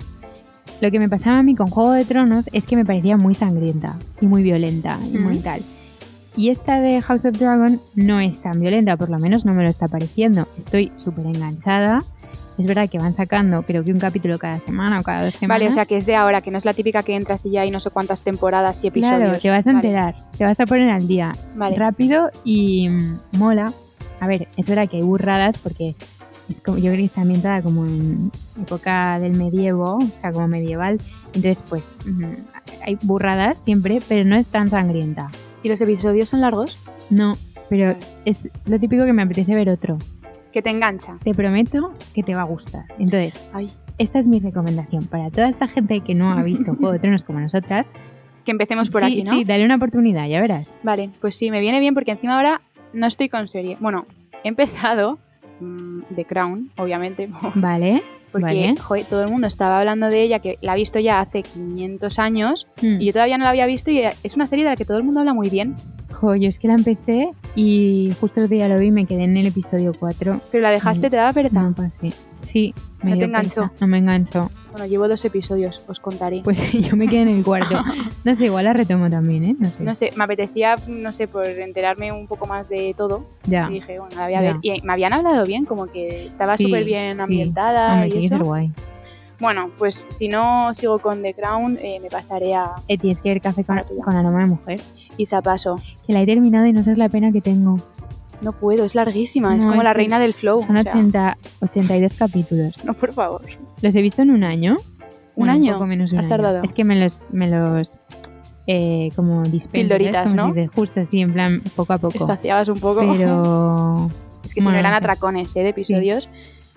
[SPEAKER 3] Lo que me pasaba a mí con Juego de Tronos es que me parecía muy sangrienta y muy violenta y muy
[SPEAKER 2] Mm.
[SPEAKER 3] tal. Y esta de House of Dragon no es tan violenta, por lo menos no me lo está pareciendo. Estoy súper enganchada. Es verdad que van sacando, creo que un capítulo cada semana o cada dos semanas.
[SPEAKER 2] Vale, o sea que es de ahora, que no es la típica que entras y ya hay no sé cuántas temporadas y episodios.
[SPEAKER 3] claro, te vas a
[SPEAKER 2] Vale,
[SPEAKER 3] enterar, te vas a poner al día.
[SPEAKER 2] Vale,
[SPEAKER 3] rápido y mm, mola. A ver, es verdad que hay burradas porque es como, yo creo que está ambientada como en época del medievo, o sea, como medieval. Entonces, pues mm, hay burradas siempre, pero no es tan sangrienta.
[SPEAKER 2] ¿Y los episodios son largos?
[SPEAKER 3] No, pero
[SPEAKER 2] Vale.
[SPEAKER 3] es lo típico que me apetece ver otro.
[SPEAKER 2] Que te engancha.
[SPEAKER 3] Te prometo que te va a gustar. Entonces,
[SPEAKER 2] Ay.
[SPEAKER 3] esta es mi recomendación para toda esta gente que no ha
[SPEAKER 2] (laughs)
[SPEAKER 3] visto Juego de Tronos como nosotras.
[SPEAKER 2] Que empecemos por
[SPEAKER 3] sí,
[SPEAKER 2] aquí, ¿no?
[SPEAKER 3] sí, dale una oportunidad, ya verás.
[SPEAKER 2] Vale, pues sí, me viene bien porque encima ahora no estoy con serie. Bueno, he empezado mm, The Crown, obviamente, (laughs)
[SPEAKER 3] Vale,
[SPEAKER 2] porque
[SPEAKER 3] vale.
[SPEAKER 2] joder, todo el mundo estaba hablando de ella, que la ha visto ya hace 500 años
[SPEAKER 3] Mm.
[SPEAKER 2] y yo todavía no la había visto y es una serie de la que todo el mundo habla muy bien,
[SPEAKER 3] Jo, yo es que la empecé y justo el otro día lo vi y me quedé en el episodio 4.
[SPEAKER 2] pero la dejaste,
[SPEAKER 3] Mm.
[SPEAKER 2] te daba pereza.
[SPEAKER 3] No pasé. Sí, me
[SPEAKER 2] No te
[SPEAKER 3] dio
[SPEAKER 2] enganchó.
[SPEAKER 3] pereza, No me enganchó.
[SPEAKER 2] Bueno, llevo dos episodios, os contaré.
[SPEAKER 3] Pues yo me quedé en el
[SPEAKER 2] (laughs)
[SPEAKER 3] cuarto. No sé, igual la retomo también, ¿eh? No sé.
[SPEAKER 2] no sé, me apetecía, no sé, por enterarme un poco más de todo.
[SPEAKER 3] Ya.
[SPEAKER 2] Y dije, bueno, la voy a ver. Y me habían hablado bien, como que estaba
[SPEAKER 3] Sí,
[SPEAKER 2] súper bien
[SPEAKER 3] sí.
[SPEAKER 2] ambientada.
[SPEAKER 3] Hombre,
[SPEAKER 2] y
[SPEAKER 3] tiene que
[SPEAKER 2] eso.
[SPEAKER 3] ser guay.
[SPEAKER 2] Bueno, pues si no sigo con The Crown, eh, me pasaré a
[SPEAKER 3] Eh, tienes que ver café con,
[SPEAKER 2] Ahora tú ya.
[SPEAKER 3] con aroma de mujer.
[SPEAKER 2] Isa Paso.
[SPEAKER 3] Que la he terminado y no sabes la pena que tengo.
[SPEAKER 2] No puedo, es larguísima, es
[SPEAKER 3] No,
[SPEAKER 2] como
[SPEAKER 3] es
[SPEAKER 2] la
[SPEAKER 3] que
[SPEAKER 2] reina del flow.
[SPEAKER 3] Son
[SPEAKER 2] Oh, o sea,
[SPEAKER 3] 80, 82 capítulos.
[SPEAKER 2] (laughs) no, por favor.
[SPEAKER 3] Los he visto en un año.
[SPEAKER 2] ¿Un
[SPEAKER 3] Bueno,
[SPEAKER 2] año?
[SPEAKER 3] poco menos de un
[SPEAKER 2] Has
[SPEAKER 3] año.
[SPEAKER 2] tardado.
[SPEAKER 3] Es que me los, me los eh, como dispenso. ¿sabes?
[SPEAKER 2] Pildoritas,
[SPEAKER 3] Como
[SPEAKER 2] ¿no?
[SPEAKER 3] si de- justo, sí, en plan poco a poco.
[SPEAKER 2] Espaciabas un poco.
[SPEAKER 3] Pero
[SPEAKER 2] (laughs) es que si no
[SPEAKER 3] bueno,
[SPEAKER 2] eran
[SPEAKER 3] no sé.
[SPEAKER 2] atracones ¿eh? de episodios.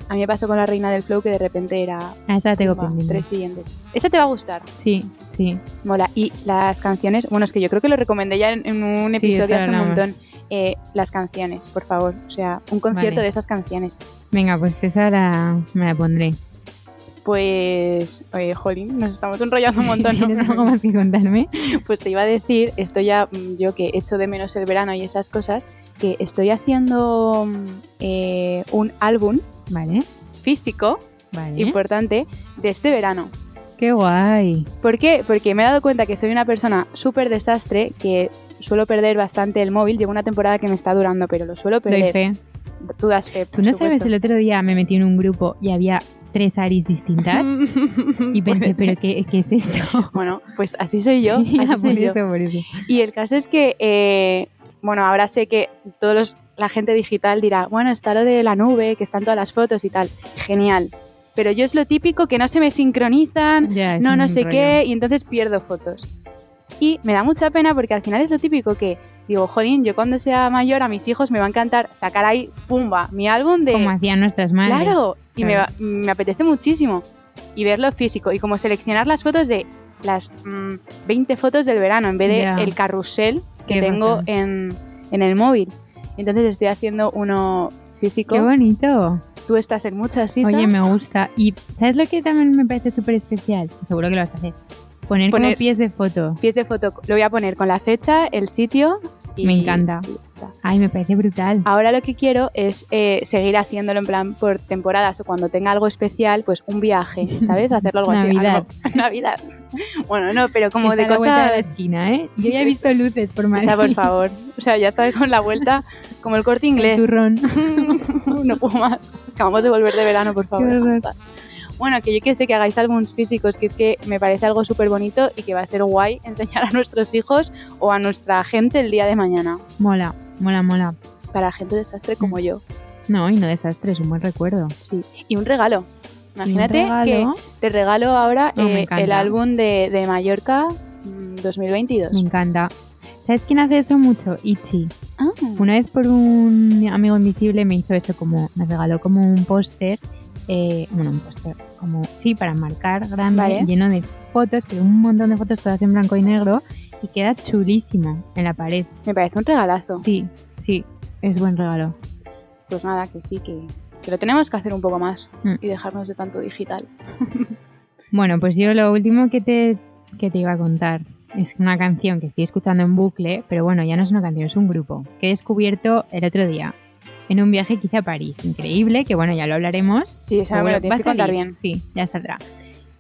[SPEAKER 2] A mí me pasó con la reina del flow que de repente era
[SPEAKER 3] a Ah, esa la tengo
[SPEAKER 2] va,
[SPEAKER 3] pendiente.
[SPEAKER 2] tres siguientes. Esta te va a gustar,
[SPEAKER 3] Sí, sí.
[SPEAKER 2] mola. Y las canciones, bueno, es que yo creo que lo recomendé ya en, en un
[SPEAKER 3] Sí,
[SPEAKER 2] episodio
[SPEAKER 3] eso
[SPEAKER 2] hace un
[SPEAKER 3] hablamos.
[SPEAKER 2] montón. Eh, las canciones, por favor. O sea, un concierto
[SPEAKER 3] Vale.
[SPEAKER 2] de esas canciones.
[SPEAKER 3] Venga, pues esa la, me la
[SPEAKER 2] (laughs)
[SPEAKER 3] pondré.
[SPEAKER 2] Pues, oye, jolín, nos estamos enrollando
[SPEAKER 3] (laughs)
[SPEAKER 2] un montón. ¿no?
[SPEAKER 3] ¿Tienes algo más que contarme?
[SPEAKER 2] (laughs) Pues te iba a decir, esto ya mm, yo que echo de menos el verano y esas cosas, que estoy haciendo mm, eh, un álbum
[SPEAKER 3] Vale,
[SPEAKER 2] físico
[SPEAKER 3] vale.
[SPEAKER 2] pues, importante de este verano.
[SPEAKER 3] Qué guay.
[SPEAKER 2] ¿Por qué? Porque me he dado cuenta que soy una persona súper desastre, que suelo perder bastante el móvil. Llevo una temporada que me está durando, pero lo suelo
[SPEAKER 3] Doy
[SPEAKER 2] perder.
[SPEAKER 3] fe.
[SPEAKER 2] Tú das fe.
[SPEAKER 3] Tú no sabes, el otro día me metí en un grupo y había tres Aris distintas
[SPEAKER 2] (laughs)
[SPEAKER 3] y pensé, ¿pero qué, qué es esto?
[SPEAKER 2] Pues, Bueno, pues así soy yo. Así
[SPEAKER 3] (laughs) Ya, por
[SPEAKER 2] soy yo.
[SPEAKER 3] eso, por eso.
[SPEAKER 2] Y el caso es que, eh, bueno, ahora sé que todos los- la gente digital dirá, bueno, está lo de la nube, que están todas las fotos y tal. Genial. Pero yo es lo típico que no se me sincronizan,
[SPEAKER 3] Ya, es
[SPEAKER 2] Ah, no, no
[SPEAKER 3] un
[SPEAKER 2] sé
[SPEAKER 3] rollo.
[SPEAKER 2] qué, y entonces pierdo fotos. Y me da mucha pena porque al final es lo típico que digo, jolín, yo cuando sea mayor a mis hijos me va a encantar sacar ahí, pumba, mi álbum de...
[SPEAKER 3] Como hacían nuestras madres.
[SPEAKER 2] Claro, y me,
[SPEAKER 3] Claro.
[SPEAKER 2] va- me apetece muchísimo. Y verlo físico y como seleccionar las fotos de las mm, 20 fotos del verano en vez de
[SPEAKER 3] Ya.
[SPEAKER 2] el carrusel que
[SPEAKER 3] Qué
[SPEAKER 2] tengo
[SPEAKER 3] bacán.
[SPEAKER 2] en, en el móvil. Entonces estoy haciendo uno físico.
[SPEAKER 3] Qué bonito.
[SPEAKER 2] Tú estás en muchas, Isa.
[SPEAKER 3] Oye, me gusta. Y ¿sabes lo que también me parece súper especial? Seguro que lo vas a hacer. Poner, como
[SPEAKER 2] Poner-
[SPEAKER 3] pies de foto.
[SPEAKER 2] Pies de foto, lo voy a poner con la fecha, el sitio y
[SPEAKER 3] Me encanta.
[SPEAKER 2] y ya está.
[SPEAKER 3] Ay, me parece brutal.
[SPEAKER 2] Ahora lo que quiero es eh, seguir haciéndolo en plan por temporadas o cuando tenga algo especial, pues un viaje, ¿sabes? Hacerlo algo así.
[SPEAKER 3] Navidad.
[SPEAKER 2] algo- (laughs) Navidad. Bueno, no, pero como
[SPEAKER 3] Está a
[SPEAKER 2] de
[SPEAKER 3] la vuelta de la
[SPEAKER 2] cosas...
[SPEAKER 3] esquina, ¿eh? Yo ya he
[SPEAKER 2] (laughs)
[SPEAKER 3] visto luces por Madrid. (laughs)
[SPEAKER 2] Isa, por favor. O sea, ya está con la vuelta como el corte
[SPEAKER 3] El
[SPEAKER 2] inglés.
[SPEAKER 3] turrón. (laughs)
[SPEAKER 2] (laughs) no puedo más. Acabamos de volver de verano, por favor.
[SPEAKER 3] Qué horror.
[SPEAKER 2] Bueno, que yo que sé que hagáis álbumes físicos, que es que me parece algo súper bonito y que va a ser guay enseñar a nuestros hijos o a nuestra gente el día de mañana.
[SPEAKER 3] Mola, mola, mola.
[SPEAKER 2] Para gente desastre
[SPEAKER 3] Mm.
[SPEAKER 2] como yo.
[SPEAKER 3] No, y no desastres, un buen recuerdo.
[SPEAKER 2] Sí. Y un regalo. Imagínate
[SPEAKER 3] Y un regalo.
[SPEAKER 2] que te regalo ahora
[SPEAKER 3] Oh, me
[SPEAKER 2] eh, el
[SPEAKER 3] encanta.
[SPEAKER 2] álbum de, de Mallorca mm, 2022.
[SPEAKER 3] Me encanta. ¿Sabes quién hace eso mucho? Ichi.
[SPEAKER 2] Ah,
[SPEAKER 3] Una vez por un amigo invisible me hizo eso, como me regaló como un póster, eh, bueno, un póster, como sí, para marcar, grande,
[SPEAKER 2] Vale.
[SPEAKER 3] lleno de fotos, pero un montón de fotos todas en blanco y negro y queda chulísimo en la pared.
[SPEAKER 2] me parece un regalazo.
[SPEAKER 3] Sí, sí, es buen regalo.
[SPEAKER 2] Pues nada, que sí, que, que lo tenemos que hacer un poco más
[SPEAKER 3] Mm.
[SPEAKER 2] y dejarnos de tanto digital.
[SPEAKER 3] Bueno, pues yo lo último que te, que te iba a contar es una canción que estoy escuchando en bucle, pero bueno, ya no es una canción, es un grupo que he descubierto el otro día en un viaje que hice a París. Increíble, que bueno, ya lo hablaremos.
[SPEAKER 2] Sí, eso me
[SPEAKER 3] Seguro-
[SPEAKER 2] lo tienes
[SPEAKER 3] va
[SPEAKER 2] que
[SPEAKER 3] a
[SPEAKER 2] contar
[SPEAKER 3] salir,
[SPEAKER 2] bien.
[SPEAKER 3] Sí, ya saldrá.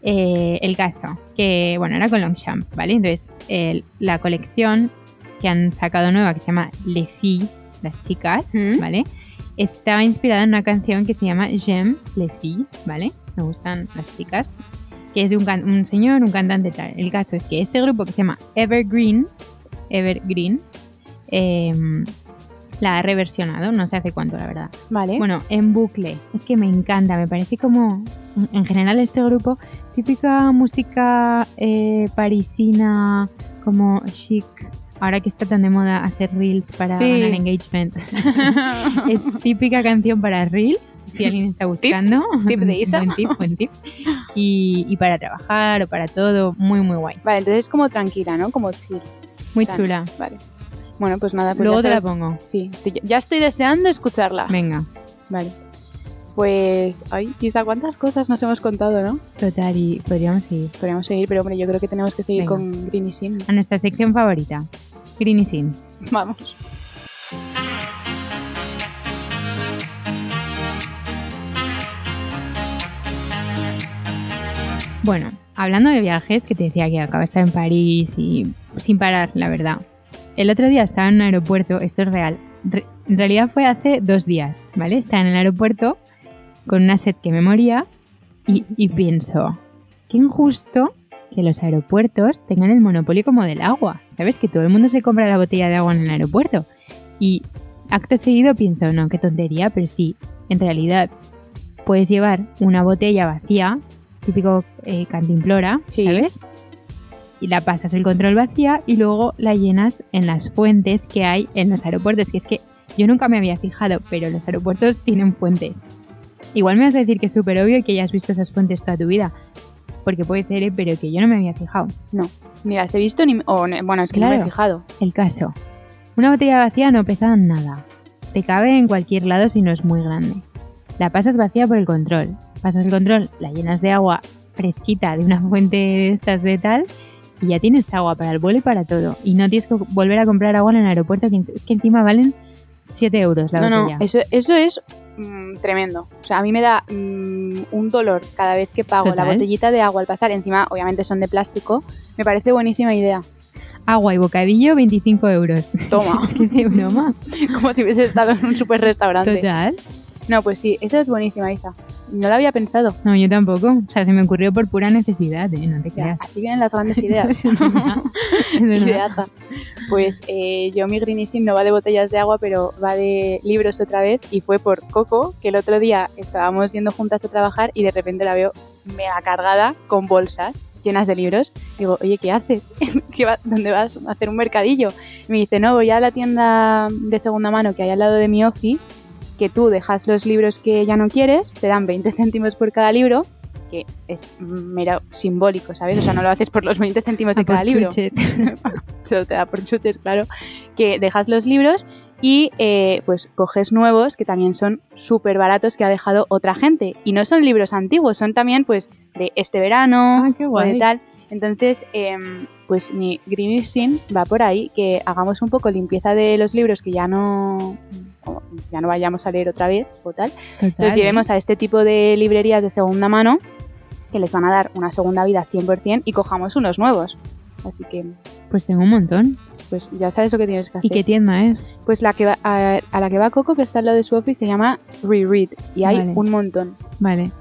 [SPEAKER 3] Eh, el caso, que bueno, era con Longchamp, ¿vale? Entonces, el- la colección que han sacado nueva, que se llama Le Fille, las chicas,
[SPEAKER 2] ¿Mm?
[SPEAKER 3] ¿vale? Estaba inspirada en una canción que se llama J'aime Les Filles, ¿vale? Me gustan las chicas, que es de un, can- un señor, un cantante tal. El caso es que este grupo que se llama Evergreen, Evergreen, em, la ha reversionado, no sé hace cuánto, la verdad.
[SPEAKER 2] Vale.
[SPEAKER 3] Bueno, en bucle. Es que me encanta, me parece como, en general, este grupo, típica música eh, parisina, como chic. Ahora que está tan de moda hacer reels para
[SPEAKER 2] Sí.
[SPEAKER 3] ganar
[SPEAKER 2] (laughs)
[SPEAKER 3] engagement. es típica canción para reels, si alguien está buscando.
[SPEAKER 2] tip de Isa.
[SPEAKER 3] Buen tip, buen tip. Y, y para trabajar o para todo, muy, muy guay.
[SPEAKER 2] (laughs) Vale, entonces es como tranquila, ¿no? Como chill.
[SPEAKER 3] Muy
[SPEAKER 2] Claro.
[SPEAKER 3] chula.
[SPEAKER 2] Vale. Bueno, pues nada, pues
[SPEAKER 3] Luego
[SPEAKER 2] ya
[SPEAKER 3] te la
[SPEAKER 2] sabes-
[SPEAKER 3] pongo.
[SPEAKER 2] Sí, estoy- ya estoy deseando escucharla.
[SPEAKER 3] Venga.
[SPEAKER 2] Vale. Pues, ay, quizá cuántas cosas nos hemos contado, ¿no?
[SPEAKER 3] Total, y podríamos seguir.
[SPEAKER 2] Podríamos seguir, pero hombre, yo creo que tenemos que seguir
[SPEAKER 3] Venga.
[SPEAKER 2] con Greeny Sim.
[SPEAKER 3] A nuestra sección favorita, Green y Sin.
[SPEAKER 2] (laughs) Vamos.
[SPEAKER 3] Bueno, hablando de viajes, que te decía que acabo de estar en París y sin parar, la verdad. El otro día estaba en un aeropuerto, esto es real. Re- en realidad fue hace dos días, ¿vale? Estaba en el aeropuerto con una sed que me moría y, y pienso, qué injusto que los aeropuertos tengan el monopolio como del agua. ¿Sabes? Que todo el mundo se compra la botella de agua en el aeropuerto. Y acto seguido pienso, no, qué tontería, pero sí, en realidad puedes llevar una botella vacía, típico eh, cantimplora,
[SPEAKER 2] Sí.
[SPEAKER 3] ¿sabes? Y la pasas el control vacía y luego la llenas en las fuentes que hay en los aeropuertos. Que es que yo nunca me había fijado, pero los aeropuertos tienen fuentes. Igual me vas a decir que es súper obvio y que ya has visto esas fuentes toda tu vida. Porque puede ser, ¿eh? pero que yo no me había fijado.
[SPEAKER 2] Ni las he visto ni. o ne- bueno, es que no me he
[SPEAKER 3] Claro.
[SPEAKER 2] fijado.
[SPEAKER 3] El caso. Una botella vacía no pesa nada. Te cabe en cualquier lado si no es muy grande. La pasas vacía por el control. Pasas el control, la llenas de agua fresquita de una (laughs) fuente de estas de tal y ya tienes agua para el vuelo y para todo. Y no tienes que volver a comprar agua en el aeropuerto, que es que encima valen 7 euros la
[SPEAKER 2] no,
[SPEAKER 3] botella.
[SPEAKER 2] no, eso, eso es mm, tremendo. O sea, a mí me da mm, un dolor cada vez que pago la
[SPEAKER 3] Total.
[SPEAKER 2] botellita de agua al pasar. Encima, obviamente son de plástico. Me parece buenísima idea.
[SPEAKER 3] Agua y bocadillo, 25 euros. (laughs)
[SPEAKER 2] Toma, (laughs)
[SPEAKER 3] es que es de broma.
[SPEAKER 2] como si hubiese estado en un super restaurante.
[SPEAKER 3] Total.
[SPEAKER 2] No, pues sí, esa es buenísima, Isa. No la había pensado.
[SPEAKER 3] No, yo tampoco. O sea, se me ocurrió por pura necesidad, ¿eh? No te
[SPEAKER 2] Ya,
[SPEAKER 3] creas. (laughs)
[SPEAKER 2] así vienen las grandes ideas.
[SPEAKER 3] Es verdad.
[SPEAKER 2] Ideata. pues eh, yo mi greenism no va de botellas de agua, pero va de libros otra vez y fue por Coco, que el otro día estábamos yendo juntas a trabajar y de repente la veo mega cargada con bolsas llenas de libros. Digo, oye, ¿qué haces? (laughs) ¿Qué va- ¿Dónde vas a hacer un mercadillo? Y me dice, no, voy a la tienda de segunda mano que hay al lado de mi ofi, que tú dejas los libros que ya no quieres, te dan 20 céntimos por cada libro, que es mero simbólico, ¿sabes? O sea, no lo haces por los 20 céntimos de
[SPEAKER 3] A por
[SPEAKER 2] cada libro
[SPEAKER 3] Ah, pues chuches.
[SPEAKER 2] solo te da por chuches, claro, que dejas los libros y eh, pues coges nuevos que también son súper baratos que ha dejado otra gente. Y no son libros antiguos, son también pues de este verano
[SPEAKER 3] Ah, qué
[SPEAKER 2] o de
[SPEAKER 3] guay.
[SPEAKER 2] tal. Entonces, em, pues mi greenishing va por ahí, que hagamos un poco limpieza de los libros que ya no, o ya no vayamos a leer otra vez o tal. Entonces
[SPEAKER 3] Total,
[SPEAKER 2] llevemos a este tipo de librerías de segunda mano que les van a dar una segunda vida 100% y cojamos unos nuevos. Así que
[SPEAKER 3] Pues tengo un montón.
[SPEAKER 2] pues ya sabes lo que tienes que hacer.
[SPEAKER 3] ¿Y qué tienda es?
[SPEAKER 2] Pues la que va- a, a la que va Coco, que está al lado de su office, se llama Reread. Y hay
[SPEAKER 3] Vale.
[SPEAKER 2] un montón
[SPEAKER 3] Vale.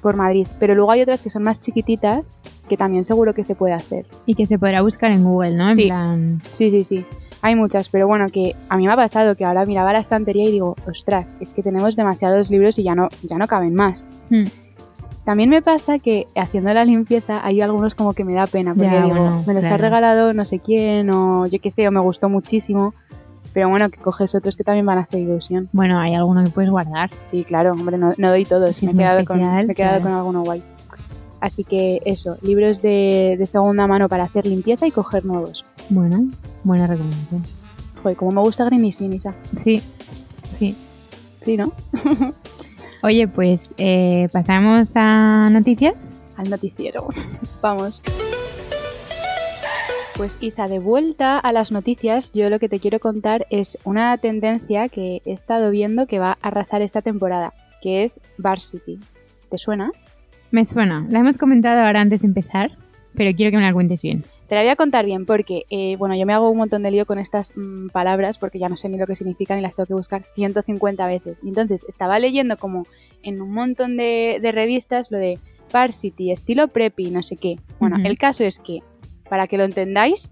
[SPEAKER 2] por Madrid. Pero luego hay otras que son más chiquititas que también seguro que se puede hacer.
[SPEAKER 3] Y que se podrá buscar en Google, ¿no? En
[SPEAKER 2] Sí.
[SPEAKER 3] plan,
[SPEAKER 2] Sí, sí, sí. Hay muchas, pero bueno, que a mí me ha pasado que ahora miraba la estantería y digo, ostras, es que tenemos demasiados libros y ya no, ya no caben más.
[SPEAKER 3] Hmm.
[SPEAKER 2] También me pasa que haciendo la limpieza hay algunos como que me da pena, porque
[SPEAKER 3] Ya,
[SPEAKER 2] digo,
[SPEAKER 3] bueno,
[SPEAKER 2] me los ha
[SPEAKER 3] claro.
[SPEAKER 2] regalado no sé quién, o yo qué sé, o me gustó muchísimo. Pero bueno, que coges otros que también van a hacer ilusión.
[SPEAKER 3] bueno, hay alguno que puedes guardar.
[SPEAKER 2] Sí, claro, hombre, no, no doy todos,
[SPEAKER 3] Sí,
[SPEAKER 2] me
[SPEAKER 3] es
[SPEAKER 2] he
[SPEAKER 3] muy
[SPEAKER 2] quedado, con,
[SPEAKER 3] especial,
[SPEAKER 2] me he quedado
[SPEAKER 3] claro.
[SPEAKER 2] con alguno guay. Así que eso, libros de, de segunda mano para hacer limpieza y coger nuevos.
[SPEAKER 3] Bueno, buena recomendación.
[SPEAKER 2] Joder, como me gusta Greenishin, Isa.
[SPEAKER 3] Sí, sí.
[SPEAKER 2] Sí, ¿no?
[SPEAKER 3] Oye, pues eh, pasamos a noticias.
[SPEAKER 2] Al noticiero. (laughs) Vamos. Pues Isa, de vuelta a las noticias, yo lo que te quiero contar es una tendencia que he estado viendo que va a arrasar esta temporada, que es Varsity. ¿Te suena?
[SPEAKER 3] Me suena. La hemos comentado ahora antes de empezar, pero quiero que me la cuentes bien.
[SPEAKER 2] Te la voy a contar bien porque, eh, bueno, yo me hago un montón de lío con estas mm, palabras porque ya no sé ni lo que significan y las tengo que buscar 150 veces. Y entonces estaba leyendo como en un montón de, de revistas lo de varsity, estilo preppy, no sé qué. Bueno,
[SPEAKER 3] Ujú.
[SPEAKER 2] el caso es que, para que lo entendáis,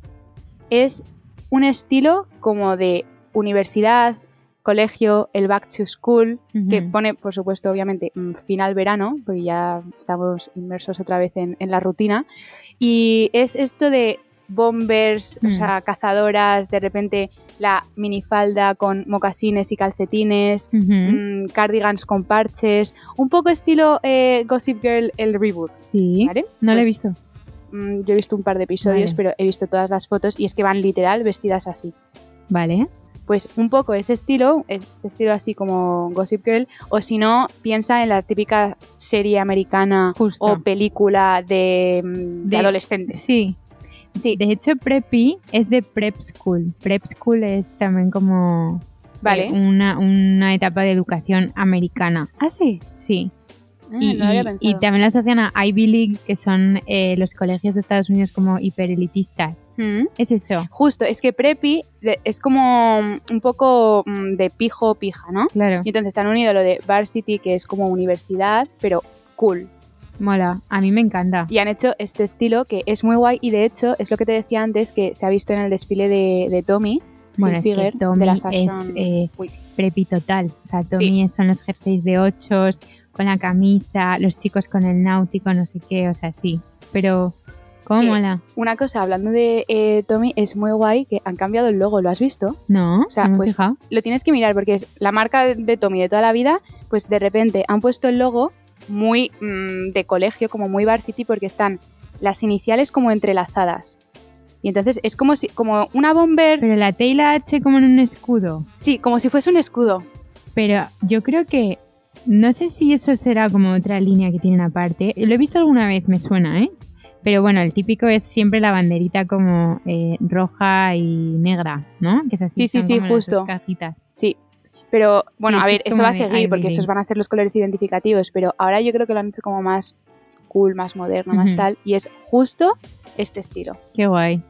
[SPEAKER 2] es un estilo como de universidad, colegio, el back to school, que
[SPEAKER 3] Ujú.
[SPEAKER 2] pone, por supuesto, obviamente, mm, final verano, porque ya estamos inmersos otra vez en, en la rutina. Y es esto de bombers, o
[SPEAKER 3] Mm.
[SPEAKER 2] sea, cazadoras, de repente la minifalda con mocasines y calcetines,
[SPEAKER 3] Ujú.
[SPEAKER 2] mm, cardigans con parches, un poco estilo eh, Gossip Girl, el reboot.
[SPEAKER 3] Sí,
[SPEAKER 2] ¿Vale?
[SPEAKER 3] no lo he
[SPEAKER 2] Pues,
[SPEAKER 3] visto.
[SPEAKER 2] mm, yo he visto un par de episodios,
[SPEAKER 3] Vale.
[SPEAKER 2] pero he visto todas las fotos y es que van literal vestidas así
[SPEAKER 3] Vale.
[SPEAKER 2] pues un poco ese estilo, este estilo así como Gossip Girl, o si no, piensa en la típica serie americana
[SPEAKER 3] Justo.
[SPEAKER 2] o película de, mm, de
[SPEAKER 3] De-
[SPEAKER 2] adolescentes.
[SPEAKER 3] Oh, Sí.
[SPEAKER 2] Sí,
[SPEAKER 3] De hecho, Preppy es de Prep School. Prep School es también como eh,
[SPEAKER 2] vale.
[SPEAKER 3] una, una etapa de educación americana.
[SPEAKER 2] ah, sí.
[SPEAKER 3] Sí.
[SPEAKER 2] Ah,
[SPEAKER 3] y,
[SPEAKER 2] no lo había
[SPEAKER 3] y-
[SPEAKER 2] pensado.
[SPEAKER 3] y también la asocian a Ivy League, que son eh, los colegios de Estados Unidos como hiperelitistas.
[SPEAKER 2] Mm.
[SPEAKER 3] Es eso.
[SPEAKER 2] Justo, es que preppy de- es como mm, un poco mm, de pijo o pija, ¿no?
[SPEAKER 3] Claro.
[SPEAKER 2] Y entonces han unido lo de varsity, que es como universidad, pero cool.
[SPEAKER 3] Mola. A mí me encanta.
[SPEAKER 2] Y han hecho este estilo que es muy guay y de hecho es lo que te decía antes que se ha visto en el desfile de, de Tommy.
[SPEAKER 3] Bueno, es que
[SPEAKER 2] Hilfiger, de
[SPEAKER 3] Tommy
[SPEAKER 2] la
[SPEAKER 3] es
[SPEAKER 2] Fashion
[SPEAKER 3] eh,
[SPEAKER 2] Week.
[SPEAKER 3] preppy total. O sea, Tommy son los jerseys de ochos, con la camisa, los chicos con el náutico, no sé qué, o sea, sí. Pero, ¿cómo
[SPEAKER 2] Eh,
[SPEAKER 3] mola?
[SPEAKER 2] Una cosa, hablando de eh, Tommy, es muy guay que han cambiado el logo, ¿lo has visto?
[SPEAKER 3] No,
[SPEAKER 2] sea,
[SPEAKER 3] no me he
[SPEAKER 2] pues-
[SPEAKER 3] fijado.
[SPEAKER 2] Lo tienes que mirar porque es la marca de- de Tommy de toda la vida, pues de repente han puesto el logo muy mm, de colegio, como muy varsity, porque están las iniciales como entrelazadas. Y entonces es como si, como una bomber,
[SPEAKER 3] Pero la T y la H como en un escudo.
[SPEAKER 2] sí, como si fuese un escudo.
[SPEAKER 3] Pero yo creo que. No sé si eso será como otra línea que tienen aparte. Lo he visto alguna vez, me suena, ¿eh? Pero bueno, el típico es siempre la banderita como eh, roja y negra, ¿no? Que es así.
[SPEAKER 2] Sí, sí,
[SPEAKER 3] son
[SPEAKER 2] sí,
[SPEAKER 3] como las dos
[SPEAKER 2] justo.
[SPEAKER 3] cajitas.
[SPEAKER 2] Sí. Pero bueno,
[SPEAKER 3] Sí, este
[SPEAKER 2] a ver,
[SPEAKER 3] es
[SPEAKER 2] eso
[SPEAKER 3] como
[SPEAKER 2] va a
[SPEAKER 3] de
[SPEAKER 2] seguir porque
[SPEAKER 3] Ivy
[SPEAKER 2] esos
[SPEAKER 3] League.
[SPEAKER 2] van a ser los colores identificativos, pero ahora yo creo que lo han hecho como más cool, más moderno, más
[SPEAKER 3] Ujú.
[SPEAKER 2] tal, y es justo este estilo.
[SPEAKER 3] Qué guay.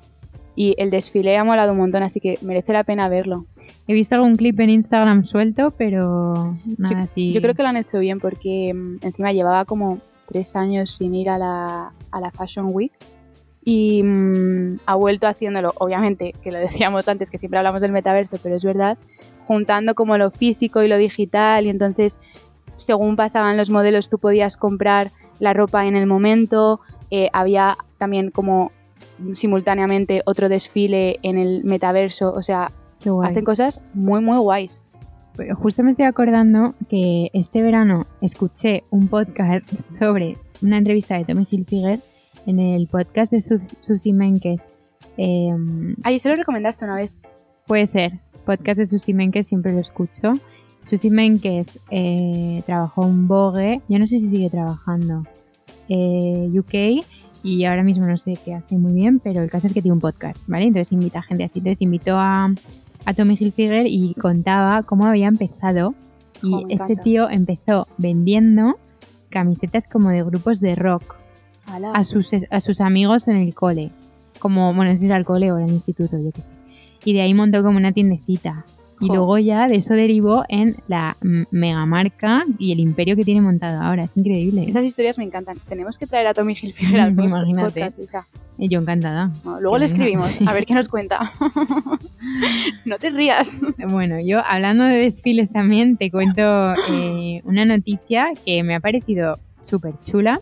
[SPEAKER 2] Y el desfile ha molado un montón, así que merece la pena verlo.
[SPEAKER 3] He visto algún clip en Instagram suelto, pero nada así.
[SPEAKER 2] Yo creo que lo han hecho bien porque mm, encima llevaba como tres años sin ir a la, a la Fashion Week y mm, ha vuelto haciéndolo, obviamente, que lo (laughs) decíamos antes, que siempre hablamos del metaverso, pero es verdad, juntando como lo físico y lo digital y entonces, según pasaban los modelos, tú podías comprar la ropa en el momento, eh, había también como simultáneamente otro desfile en el metaverso, o sea,
[SPEAKER 3] Qué guay.
[SPEAKER 2] hacen cosas muy, muy guays.
[SPEAKER 3] Pero justo me estoy acordando que este verano escuché un podcast (laughs) sobre una entrevista de Tommy Hilfiger en el podcast de Sus- Susi Menkes. Eh,
[SPEAKER 2] Ay, se lo recomendaste una vez.
[SPEAKER 3] puede ser, podcast de Susi Menkes siempre lo escucho. Susi Menkes eh, trabajó en Vogue, yo no sé si sigue trabajando, eh, UK, y ahora mismo no sé qué hace muy bien, pero el caso es que tiene un podcast, ¿vale? Entonces invita a gente así. Entonces invitó a, a Tommy Hilfiger y contaba cómo había empezado. Y
[SPEAKER 2] Jo, Oh, me
[SPEAKER 3] este
[SPEAKER 2] encanta.
[SPEAKER 3] tío empezó vendiendo camisetas como de grupos de rock
[SPEAKER 2] Ala.
[SPEAKER 3] a sus, a sus amigos en el cole. Como, bueno, no sé si era el cole o era el instituto, yo qué sé. Y de ahí montó como una tiendecita. Y
[SPEAKER 2] Jo.
[SPEAKER 3] luego ya de eso derivó en la mm, megamarca y el imperio que tiene montado ahora. Es increíble. ¿eh?
[SPEAKER 2] Esas historias me encantan. Tenemos que traer a Tommy
[SPEAKER 3] (laughs)
[SPEAKER 2] Hilfiger al post-
[SPEAKER 3] Imagínate.
[SPEAKER 2] podcast, Isa.
[SPEAKER 3] Eh, Yo encantada.
[SPEAKER 2] No, luego le
[SPEAKER 3] Que venga.
[SPEAKER 2] escribimos, a ver qué
[SPEAKER 3] (laughs)
[SPEAKER 2] nos cuenta. no te rías.
[SPEAKER 3] Bueno, yo hablando de desfiles también te cuento eh, una noticia que me ha parecido súper chula,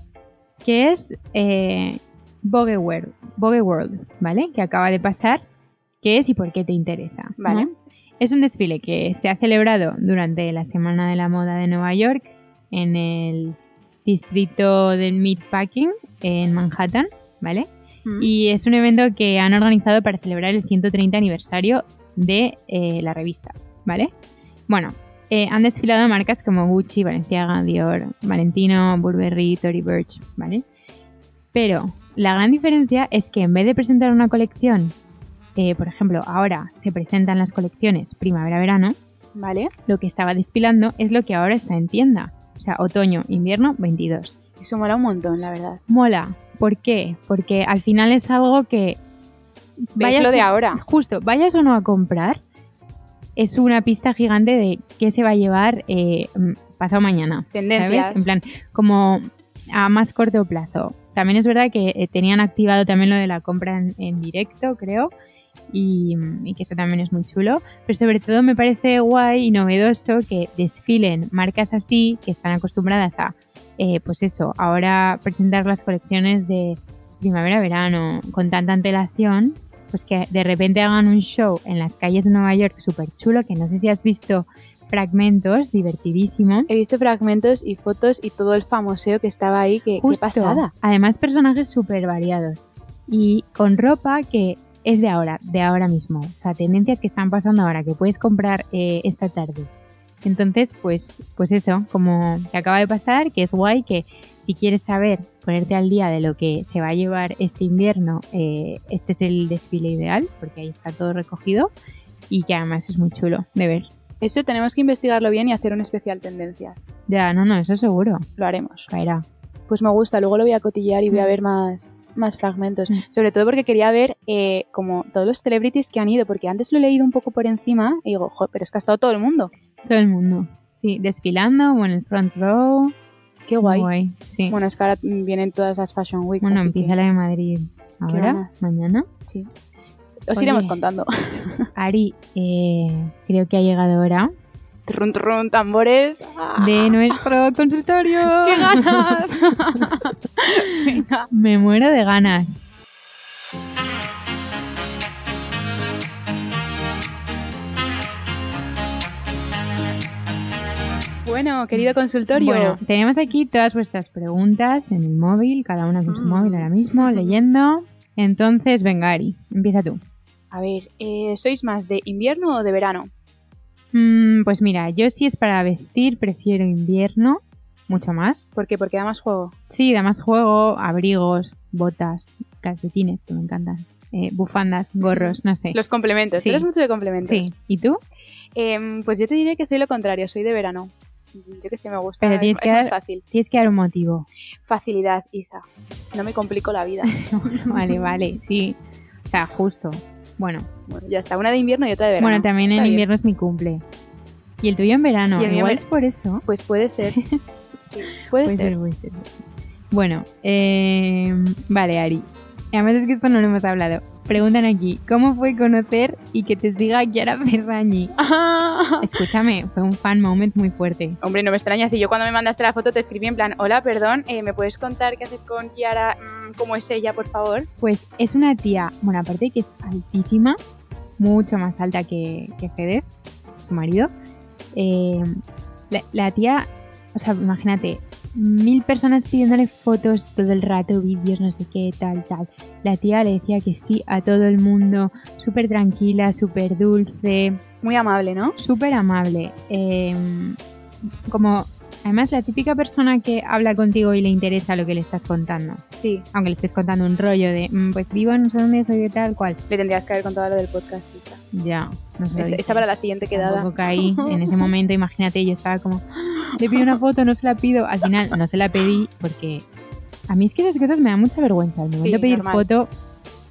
[SPEAKER 3] que es eh, Vogue, World, Vogue World, ¿vale? Que acaba de pasar, que es y por qué te interesa. ¿no?
[SPEAKER 2] Vale.
[SPEAKER 3] Es un desfile que se ha celebrado durante la Semana de la Moda de Nueva York en el distrito del Meatpacking en Manhattan, ¿vale? Y es un evento que han organizado para celebrar el 130 aniversario de eh, la revista, ¿vale? Bueno, eh, han desfilado marcas como Gucci, Balenciaga, Dior, Valentino, Burberry, Tory Burch, ¿vale? Pero la gran diferencia es que en vez de presentar una colección, eh, por ejemplo, ahora se presentan las colecciones primavera-verano,
[SPEAKER 2] Vale.
[SPEAKER 3] lo que estaba desfilando es lo que ahora está en tienda, o sea, otoño-invierno 22
[SPEAKER 2] Eso mola un montón, la verdad.
[SPEAKER 3] mola. ¿Por qué? Porque al final es algo que
[SPEAKER 2] Vaya lo de ahora.
[SPEAKER 3] justo, vayas o no a comprar, es una pista gigante de qué se va a llevar eh, mm, pasado mañana.
[SPEAKER 2] Tendencias.
[SPEAKER 3] ¿sabes? En plan, como a más corto plazo. También es verdad que eh, tenían activado también lo de la compra en, en directo, creo, y, mm, y que eso también es muy chulo. Pero sobre todo me parece guay y novedoso que desfilen marcas así, que están acostumbradas a, eh, pues eso, ahora presentar las colecciones de primavera-verano con tanta antelación, pues que de repente hagan un show en las calles de Nueva York súper chulo, que no sé si has visto fragmentos, divertidísimo.
[SPEAKER 2] He visto fragmentos y fotos y todo el famoseo que estaba ahí. Que, ¡Qué
[SPEAKER 3] Justo.
[SPEAKER 2] pasada!
[SPEAKER 3] Además, personajes súper variados. Y con ropa que es de ahora, de ahora mismo. O sea, tendencias que están pasando ahora, que puedes comprar eh, esta tarde. Entonces, pues, pues eso, como que acaba de pasar, que es guay, que si quieres saber, ponerte al día de lo que se va a llevar este invierno, eh, este es el desfile ideal, porque ahí está todo recogido y que además es muy chulo de ver.
[SPEAKER 2] Eso tenemos que investigarlo bien y hacer un especial tendencias.
[SPEAKER 3] Ya, no, no, eso seguro,
[SPEAKER 2] Lo haremos.
[SPEAKER 3] caerá.
[SPEAKER 2] Pues me gusta, luego lo voy a cotillear y voy a
[SPEAKER 3] Mm.
[SPEAKER 2] ver más, más fragmentos.
[SPEAKER 3] Mm.
[SPEAKER 2] Sobre todo porque quería ver eh, como todos los celebrities que han ido, porque antes lo he leído un poco por encima y digo, "Jo, pero es que ha estado todo el mundo.
[SPEAKER 3] Todo el mundo. Sí, desfilando o en el front row.
[SPEAKER 2] Qué guay.
[SPEAKER 3] Guay, sí. Bueno,
[SPEAKER 2] Bueno, es que ahora mm, vienen todas las Fashion Week. así que
[SPEAKER 3] empieza la de Madrid ahora,
[SPEAKER 2] ganas.
[SPEAKER 3] mañana.
[SPEAKER 2] Os iremos
[SPEAKER 3] Oye.
[SPEAKER 2] contando. (laughs) Ah.
[SPEAKER 3] Ari, eh, creo que ha llegado hora
[SPEAKER 2] Trun, trun, tambores. ¡Ah!
[SPEAKER 3] de
[SPEAKER 2] (laughs)
[SPEAKER 3] nuestro consultorio.
[SPEAKER 2] ¡Qué
[SPEAKER 3] (laughs)
[SPEAKER 2] ganas! Venga.
[SPEAKER 3] Me muero de ganas.
[SPEAKER 2] Bueno, querido consultorio.
[SPEAKER 3] Bueno, tenemos aquí todas vuestras preguntas en el móvil, cada una con su
[SPEAKER 2] Mm.
[SPEAKER 3] móvil ahora mismo, leyendo. Entonces, venga, Ari, empieza tú.
[SPEAKER 2] A ver, eh, ¿sois más de invierno o de verano?
[SPEAKER 3] Mm, pues mira, yo si es para vestir, prefiero invierno, mucho más.
[SPEAKER 2] ¿Por qué? Porque da más juego.
[SPEAKER 3] Sí, da más juego, abrigos, botas, calcetines, que me encantan, eh, bufandas, gorros, no sé.
[SPEAKER 2] Los complementos.
[SPEAKER 3] Sí.
[SPEAKER 2] Tú eres mucho de complementos.
[SPEAKER 3] Sí, ¿y tú?
[SPEAKER 2] Em, pues yo te diré que soy lo contrario, soy de verano. Yo que sé, me gusta.
[SPEAKER 3] Pero tienes
[SPEAKER 2] es
[SPEAKER 3] que
[SPEAKER 2] más
[SPEAKER 3] dar-
[SPEAKER 2] fácil.
[SPEAKER 3] Tienes que dar un
[SPEAKER 2] (laughs)
[SPEAKER 3] motivo.
[SPEAKER 2] Facilidad, Isa. No me complico
[SPEAKER 3] (laughs)
[SPEAKER 2] la vida.
[SPEAKER 3] vale, vale, sí. O sea, justo. Bueno,
[SPEAKER 2] Bueno, ya está, una de invierno y otra de verano.
[SPEAKER 3] bueno también en
[SPEAKER 2] Está bien.
[SPEAKER 3] invierno es mi cumple. Y el tuyo en verano,
[SPEAKER 2] Y el mío
[SPEAKER 3] igual
[SPEAKER 2] en
[SPEAKER 3] es por eso.
[SPEAKER 2] Pues
[SPEAKER 3] (laughs)
[SPEAKER 2] puede ser. Sí, puede
[SPEAKER 3] Puede
[SPEAKER 2] ser.
[SPEAKER 3] ser, puede ser. Bueno, eh, vale, Ari. Además es que esto no lo hemos hablado. Preguntan aquí, ¿cómo fue conocer y que te siga Chiara
[SPEAKER 2] (laughs)
[SPEAKER 3] Ferragni? Escúchame, fue un fan moment muy fuerte.
[SPEAKER 2] Hombre, no me extraña si yo cuando me mandaste la foto te escribí en plan, hola, perdón, eh, ¿me puedes contar qué haces con Kiara? Mm, ¿Cómo es ella, por favor?
[SPEAKER 3] Pues es una tía, bueno, aparte de que es altísima, mucho más alta que, que Fedez, su marido. eh, la, la tía, o sea, imagínate, mil personas pidiéndole fotos todo el rato, vídeos, no sé qué, tal, tal. La tía le decía que sí a todo el mundo, súper tranquila, súper dulce,
[SPEAKER 2] Muy amable, ¿no?
[SPEAKER 3] súper amable. eh, como, además, la típica persona que habla contigo y le interesa lo que le estás contando.
[SPEAKER 2] Sí.
[SPEAKER 3] Aunque le estés contando un rollo de, "Mm, pues vivo en no sé dónde, soy de tal cual.
[SPEAKER 2] Le tendrías que haber contado lo del podcast, chicha.
[SPEAKER 3] Ya, no sé.
[SPEAKER 2] Es- esa para la siguiente quedada.
[SPEAKER 3] Tampoco caí en ese momento, imagínate, yo estaba como, "Ah, le pido una foto, no se la pido. Al final no se la pedí porque a mí es que esas cosas me da mucha vergüenza. Al momento
[SPEAKER 2] Sí,
[SPEAKER 3] de pedir
[SPEAKER 2] normal.
[SPEAKER 3] foto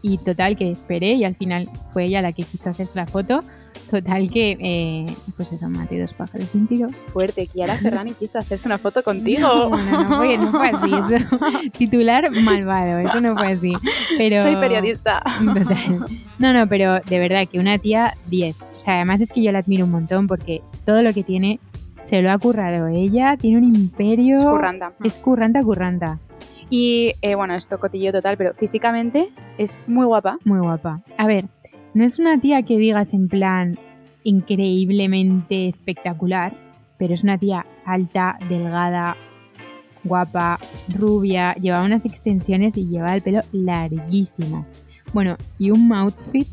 [SPEAKER 3] y total que esperé y al final fue ella la que quiso hacerse la foto. Total que, eh, pues eso, maté dos pájaros de un tiro.
[SPEAKER 2] Fuerte, Kiara Ferrani quiso hacerse
[SPEAKER 3] (laughs)
[SPEAKER 2] una foto contigo.
[SPEAKER 3] No, no, no fue, no fue así. eso. Titular malvado, eso no fue así. Pero...
[SPEAKER 2] Soy periodista.
[SPEAKER 3] Total. No, no, pero de verdad que una tía 10. O sea, además es que yo la admiro un montón porque todo lo que tiene se lo ha currado ella, tiene un imperio.
[SPEAKER 2] Curranda.
[SPEAKER 3] Es curranta, curranta.
[SPEAKER 2] Y eh, bueno, esto cotillo total, pero físicamente es muy guapa.
[SPEAKER 3] Muy guapa. A ver, no es una tía que digas en plan increíblemente espectacular, pero es una tía alta, delgada, guapa, rubia, lleva unas extensiones y lleva el pelo larguísimo. Bueno, y un outfit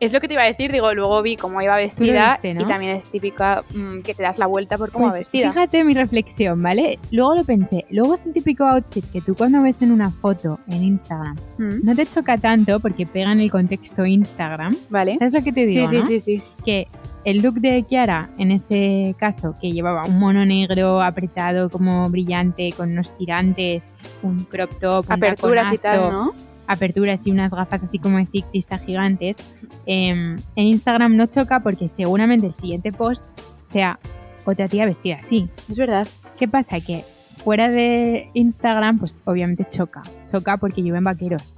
[SPEAKER 2] Es lo que te iba a decir, digo, luego vi cómo iba
[SPEAKER 3] lo
[SPEAKER 2] vestida
[SPEAKER 3] viste, ¿no?
[SPEAKER 2] y también es típica mm, que te das la vuelta por cómo va
[SPEAKER 3] Pues
[SPEAKER 2] vestida.
[SPEAKER 3] Fíjate mi reflexión, ¿vale? Luego lo pensé. Luego es el típico outfit que tú cuando ves en una foto en Instagram
[SPEAKER 2] Mm,
[SPEAKER 3] no te choca tanto porque pega en el contexto Instagram.
[SPEAKER 2] ¿Vale?
[SPEAKER 3] ¿Sabes lo que te digo?
[SPEAKER 2] sí,
[SPEAKER 3] no?
[SPEAKER 2] sí, sí, sí.
[SPEAKER 3] Que el look de Kiara, en ese caso, que llevaba un mono negro apretado como brillante, con unos tirantes, un crop top, un
[SPEAKER 2] Aperturas y tal,
[SPEAKER 3] taconazo,
[SPEAKER 2] ¿no?
[SPEAKER 3] aperturas y unas gafas así como de ciclista gigantes, eh, en Instagram no choca porque seguramente el siguiente post sea otra tía vestida así.
[SPEAKER 2] Es verdad.
[SPEAKER 3] ¿Qué pasa? Que fuera de Instagram, pues obviamente choca. Choca porque yo en vaqueros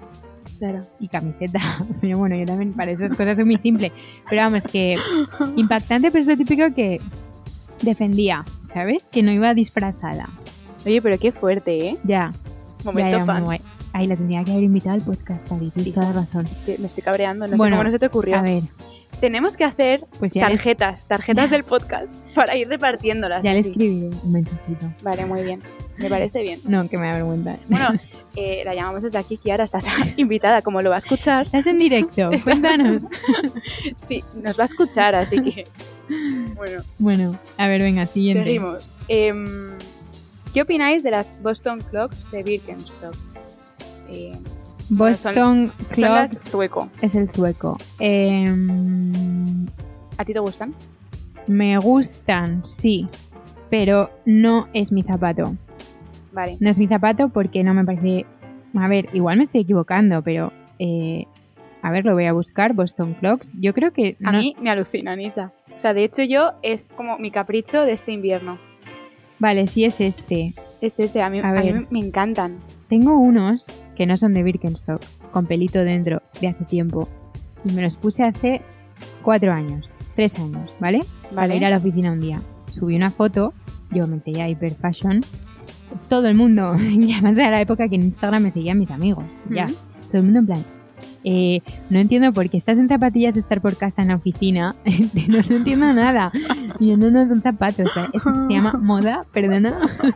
[SPEAKER 2] Claro.
[SPEAKER 3] y camiseta. (laughs) Pero bueno, yo también para esas cosas soy muy simple. Pero vamos, que impactante, pero es lo típico que defendía, ¿sabes? Que no iba disfrazada.
[SPEAKER 2] Oye, pero qué fuerte, ¿eh?
[SPEAKER 3] Ya,
[SPEAKER 2] Momento
[SPEAKER 3] ya, ya,
[SPEAKER 2] fan.
[SPEAKER 3] muy guay. Ahí la tendría que haber invitado al podcast, Ari, tienes
[SPEAKER 2] Sí.
[SPEAKER 3] toda la razón.
[SPEAKER 2] Es que me estoy cabreando, no
[SPEAKER 3] Bueno,
[SPEAKER 2] sé cómo no se te ocurrió.
[SPEAKER 3] A ver,
[SPEAKER 2] Tenemos que hacer
[SPEAKER 3] pues ya, le,
[SPEAKER 2] tarjetas, tarjetas del podcast para ir repartiéndolas.
[SPEAKER 3] ya le
[SPEAKER 2] así.
[SPEAKER 3] escribiré un mensajito.
[SPEAKER 2] Vale, muy bien. Me
[SPEAKER 3] (laughs)
[SPEAKER 2] parece bien.
[SPEAKER 3] No, que me da vergüenza.
[SPEAKER 2] Bueno, eh, la llamamos desde aquí, Kiara, estás (laughs) invitada, como lo va a escuchar.
[SPEAKER 3] Estás en
[SPEAKER 2] (laughs)
[SPEAKER 3] directo, cuéntanos.
[SPEAKER 2] Sí, nos va a escuchar, así que... (laughs) Bueno,
[SPEAKER 3] bueno, a ver, venga, siguiente.
[SPEAKER 2] seguimos. Em, ¿Qué opináis de las Boston Clocks de Birkenstock? Eh,
[SPEAKER 3] Boston
[SPEAKER 2] son
[SPEAKER 3] Clocks.
[SPEAKER 2] las sueco.
[SPEAKER 3] es el sueco. Em,
[SPEAKER 2] ¿A ti te gustan?
[SPEAKER 3] me gustan, sí, pero no es mi zapato.
[SPEAKER 2] Vale.
[SPEAKER 3] No es mi zapato porque no me parece... A ver, igual me estoy equivocando, pero... eh, a ver, lo voy a buscar, Boston Clocks. Yo creo que...
[SPEAKER 2] A
[SPEAKER 3] no-
[SPEAKER 2] mí me alucinan, Isa. O sea, de hecho yo es como mi capricho de este invierno.
[SPEAKER 3] Vale, sí es este.
[SPEAKER 2] Es ese, a mí,
[SPEAKER 3] A
[SPEAKER 2] a mí
[SPEAKER 3] ver.
[SPEAKER 2] me encantan.
[SPEAKER 3] Tengo unos que no son de Birkenstock, con pelito dentro, de hace tiempo. Y me los puse hace cuatro años, tres años, ¿vale? para ir a
[SPEAKER 2] Vale.
[SPEAKER 3] la oficina un día. Subí una foto, yo me metí a Hyper Fashion, todo el mundo, (laughs) y además era la época que en Instagram me seguían mis amigos, ya,
[SPEAKER 2] Ujú.
[SPEAKER 3] todo el mundo en plan. eh, no entiendo por qué estás en zapatillas de estar por casa en la oficina. (laughs) no, no entiendo nada. Y yo, no, no son zapatos. o sea, eso se llama moda, perdona. (laughs)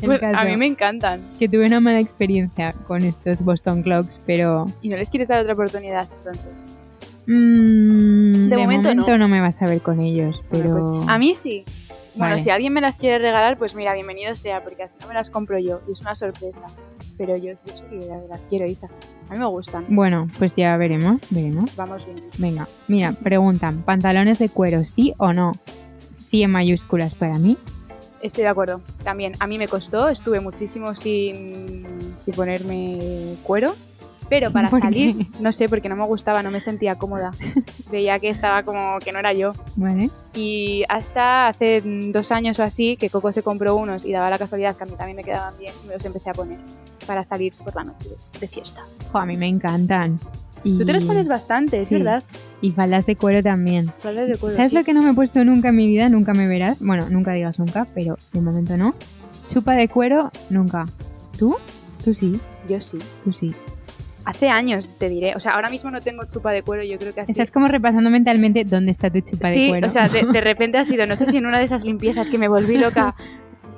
[SPEAKER 3] El
[SPEAKER 2] Pues, a
[SPEAKER 3] caso,
[SPEAKER 2] mí me encantan.
[SPEAKER 3] Que tuve una mala experiencia con estos Boston Clocks, pero
[SPEAKER 2] Y no les quieres dar otra oportunidad, entonces.
[SPEAKER 3] mm,
[SPEAKER 2] De momento no.
[SPEAKER 3] me vas a ver con ellos. Pero
[SPEAKER 2] Bueno, pues, a mí sí. Bueno,
[SPEAKER 3] Vale.
[SPEAKER 2] si alguien me las quiere regalar, pues mira, bienvenido sea, porque así no me las compro yo y es una sorpresa. Pero yo, yo sí que las, las quiero, Isa. A mí me gustan.
[SPEAKER 3] Bueno, pues ya veremos, veremos.
[SPEAKER 2] Vamos bien.
[SPEAKER 3] Venga, mira, preguntan, ¿pantalones de cuero sí o no? Sí en mayúsculas para mí.
[SPEAKER 2] Estoy de acuerdo. También a mí me costó, estuve muchísimo sin, sin ponerme cuero. Pero para
[SPEAKER 3] ¿Por qué?
[SPEAKER 2] salir, no sé, porque no me gustaba, no me sentía cómoda. Veía que estaba como que no era yo.
[SPEAKER 3] Vale.
[SPEAKER 2] Y hasta hace mm, dos años o así que Coco se compró unos y daba la casualidad que a mí también me quedaban bien y me los empecé a poner. para salir por la noche de, de fiesta.
[SPEAKER 3] Jo, a mí me encantan. Y,
[SPEAKER 2] Tú te los pones bastante,
[SPEAKER 3] Mm.
[SPEAKER 2] es
[SPEAKER 3] Sí.
[SPEAKER 2] verdad.
[SPEAKER 3] Y faldas de cuero también.
[SPEAKER 2] Faldas de cuero,
[SPEAKER 3] ¿Sabes
[SPEAKER 2] sí.
[SPEAKER 3] lo que no me he puesto nunca en mi vida? Nunca me verás. Bueno, nunca digas nunca, pero de momento no. Chupa de cuero, nunca. ¿Tú? Tú sí,
[SPEAKER 2] Yo sí.
[SPEAKER 3] tú sí.
[SPEAKER 2] Hace años te diré, o sea, ahora mismo no tengo chupa de cuero, yo creo que así.
[SPEAKER 3] Estás como repasando mentalmente dónde está tu chupa de
[SPEAKER 2] Sí,
[SPEAKER 3] cuero.
[SPEAKER 2] o sea, de, de repente ha sido, no sé si en una de esas limpiezas que me
[SPEAKER 3] (laughs)
[SPEAKER 2] volví loca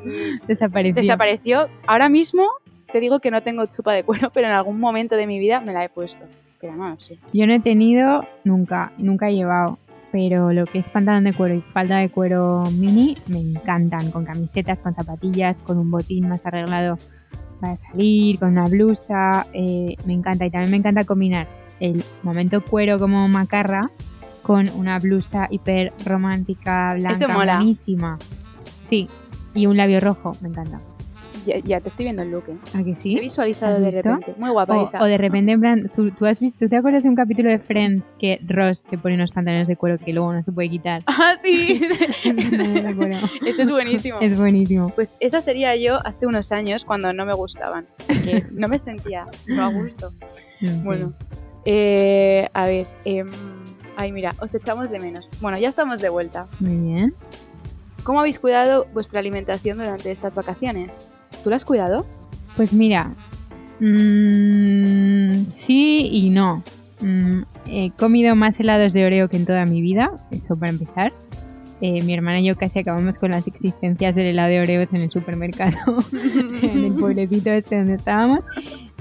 [SPEAKER 2] mm,
[SPEAKER 3] desapareció.
[SPEAKER 2] desapareció. Ahora mismo te digo que no tengo chupa de cuero, pero en algún momento de mi vida me la he puesto. Pero no, sí.
[SPEAKER 3] Yo no he tenido nunca, nunca he llevado. Pero lo que es pantalón de cuero y falda de cuero mini me encantan. Con camisetas, con zapatillas, con un botín más arreglado para salir, con una blusa. eh, me encanta. Y también me encanta combinar el momento cuero como macarra con una blusa hiper romántica, blanca,
[SPEAKER 2] Eso mola.
[SPEAKER 3] monísima. Sí. Y un labio rojo. Me encanta.
[SPEAKER 2] Ya, ya te estoy viendo el look, ¿eh?
[SPEAKER 3] ¿A que
[SPEAKER 2] Te He
[SPEAKER 3] sí?
[SPEAKER 2] visualizado
[SPEAKER 3] ¿Has
[SPEAKER 2] de
[SPEAKER 3] visto? Oh,
[SPEAKER 2] repente. Muy guapa,
[SPEAKER 3] O,
[SPEAKER 2] Isa.
[SPEAKER 3] o de repente, en plan, ¿tú, tú has visto, ¿tú te acuerdas de un capítulo de Friends que Ross se pone unos pantalones de cuero que luego no se puede quitar? (laughs)
[SPEAKER 2] Ah, sí.
[SPEAKER 3] Pantalones de cuero.
[SPEAKER 2] Ese es buenísimo.
[SPEAKER 3] Es buenísimo.
[SPEAKER 2] Pues esa sería yo hace unos años cuando no me gustaban.
[SPEAKER 3] (laughs)
[SPEAKER 2] porque no me sentía no a gusto. Bueno, eh, a ver. em, ay, mira, os echamos de menos. Bueno, ya estamos de vuelta.
[SPEAKER 3] Muy bien.
[SPEAKER 2] ¿Cómo habéis cuidado vuestra alimentación durante estas vacaciones? ¿Tú la
[SPEAKER 3] (laughs)
[SPEAKER 2] has cuidado? (laughs)
[SPEAKER 3] Pues mira, mm, sí y no. Mm, he comido más helados de Oreo que en toda mi vida, eso para empezar. Eh, mi hermana y yo casi acabamos con las existencias del helado de Oreos en el supermercado. (laughs) en el pueblecito este donde estábamos.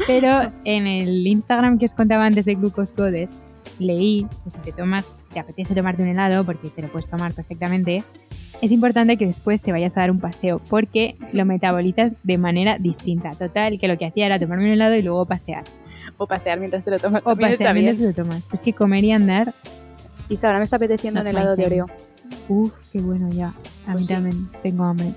[SPEAKER 3] Pero en el Instagram que os contaba antes de Glucos Godes, leí que si te tomas, te apetece tomarte un helado, porque te lo puedes tomar perfectamente, es importante que después te vayas a dar un paseo, porque lo metabolizas de manera distinta. Total, que lo que hacía era tomarme un helado y luego pasear.
[SPEAKER 2] O pasear mientras te lo tomas.
[SPEAKER 3] O
[SPEAKER 2] también está
[SPEAKER 3] pasear
[SPEAKER 2] bien.
[SPEAKER 3] mientras te lo tomas. Es que comer y andar,
[SPEAKER 2] Isa, ahora me está apeteciendo
[SPEAKER 3] Not
[SPEAKER 2] un
[SPEAKER 3] my
[SPEAKER 2] helado de
[SPEAKER 3] thing.
[SPEAKER 2] Oreo.
[SPEAKER 3] uff, qué bueno ya. A
[SPEAKER 2] Pues
[SPEAKER 3] mí
[SPEAKER 2] sí.
[SPEAKER 3] también tengo hambre.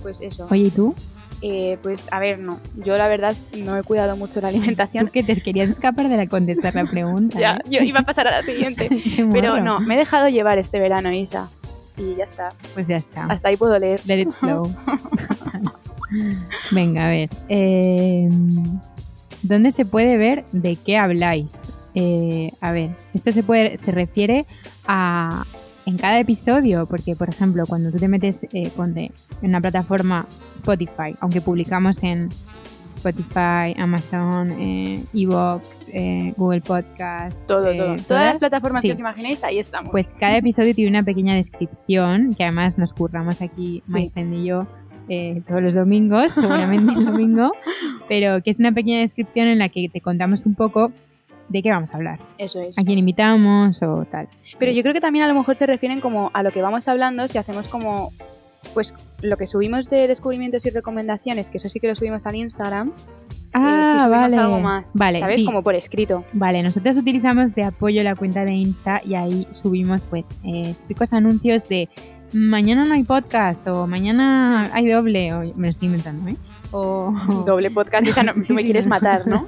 [SPEAKER 2] Pues eso.
[SPEAKER 3] Oye, ¿y tú?
[SPEAKER 2] Eh, pues a ver, no. Yo la verdad no he cuidado mucho la
[SPEAKER 3] ¿Tú
[SPEAKER 2] alimentación.
[SPEAKER 3] que te querías escapar de la contestar la pregunta?
[SPEAKER 2] Ya,
[SPEAKER 3] ¿eh?
[SPEAKER 2] yo iba a pasar a la
[SPEAKER 3] (laughs)
[SPEAKER 2] siguiente.
[SPEAKER 3] Qué
[SPEAKER 2] Pero
[SPEAKER 3] morro.
[SPEAKER 2] no, me he dejado llevar este verano, Isa. Y ya está.
[SPEAKER 3] Pues ya está.
[SPEAKER 2] Hasta ahí puedo leer.
[SPEAKER 3] Let it flow. (laughs) Venga, a ver. eh, ¿Dónde se puede ver de qué habláis? Eh, a ver, esto se, puede, se refiere a en cada episodio, porque por ejemplo, cuando tú te metes eh, ponte, en una plataforma Spotify, aunque publicamos en Spotify, Amazon, eh, Evox, eh, Google Podcast,
[SPEAKER 2] Todo,
[SPEAKER 3] eh,
[SPEAKER 2] todo. Todas, las plataformas
[SPEAKER 3] sí.
[SPEAKER 2] que os imaginéis, ahí estamos.
[SPEAKER 3] pues cada episodio tiene una pequeña descripción que además nos curramos aquí,
[SPEAKER 2] Sí.
[SPEAKER 3] Maicen y yo, eh, todos los
[SPEAKER 2] (laughs)
[SPEAKER 3] domingos, seguramente el domingo, pero que es una pequeña descripción en la que te contamos un poco de qué vamos a hablar,
[SPEAKER 2] Eso es.
[SPEAKER 3] a quién invitamos o tal.
[SPEAKER 2] Pero yo creo que también a lo mejor se refieren como a lo que vamos hablando si hacemos como pues lo que subimos de descubrimientos y recomendaciones, que eso sí que lo subimos al Instagram, eh, si subimos algo más,
[SPEAKER 3] Ah, vale,
[SPEAKER 2] ¿sabes?
[SPEAKER 3] sí.
[SPEAKER 2] Como por escrito.
[SPEAKER 3] Vale, nosotros utilizamos de apoyo la cuenta de Insta y ahí subimos pues eh, típicos anuncios de mañana no hay podcast o mañana hay doble, o me lo estoy inventando, ¿eh? O,
[SPEAKER 2] Doble podcast, esa no-
[SPEAKER 3] (laughs) Sí,
[SPEAKER 2] tú me
[SPEAKER 3] sí,
[SPEAKER 2] quieres matar,
[SPEAKER 3] (laughs)
[SPEAKER 2] ¿no?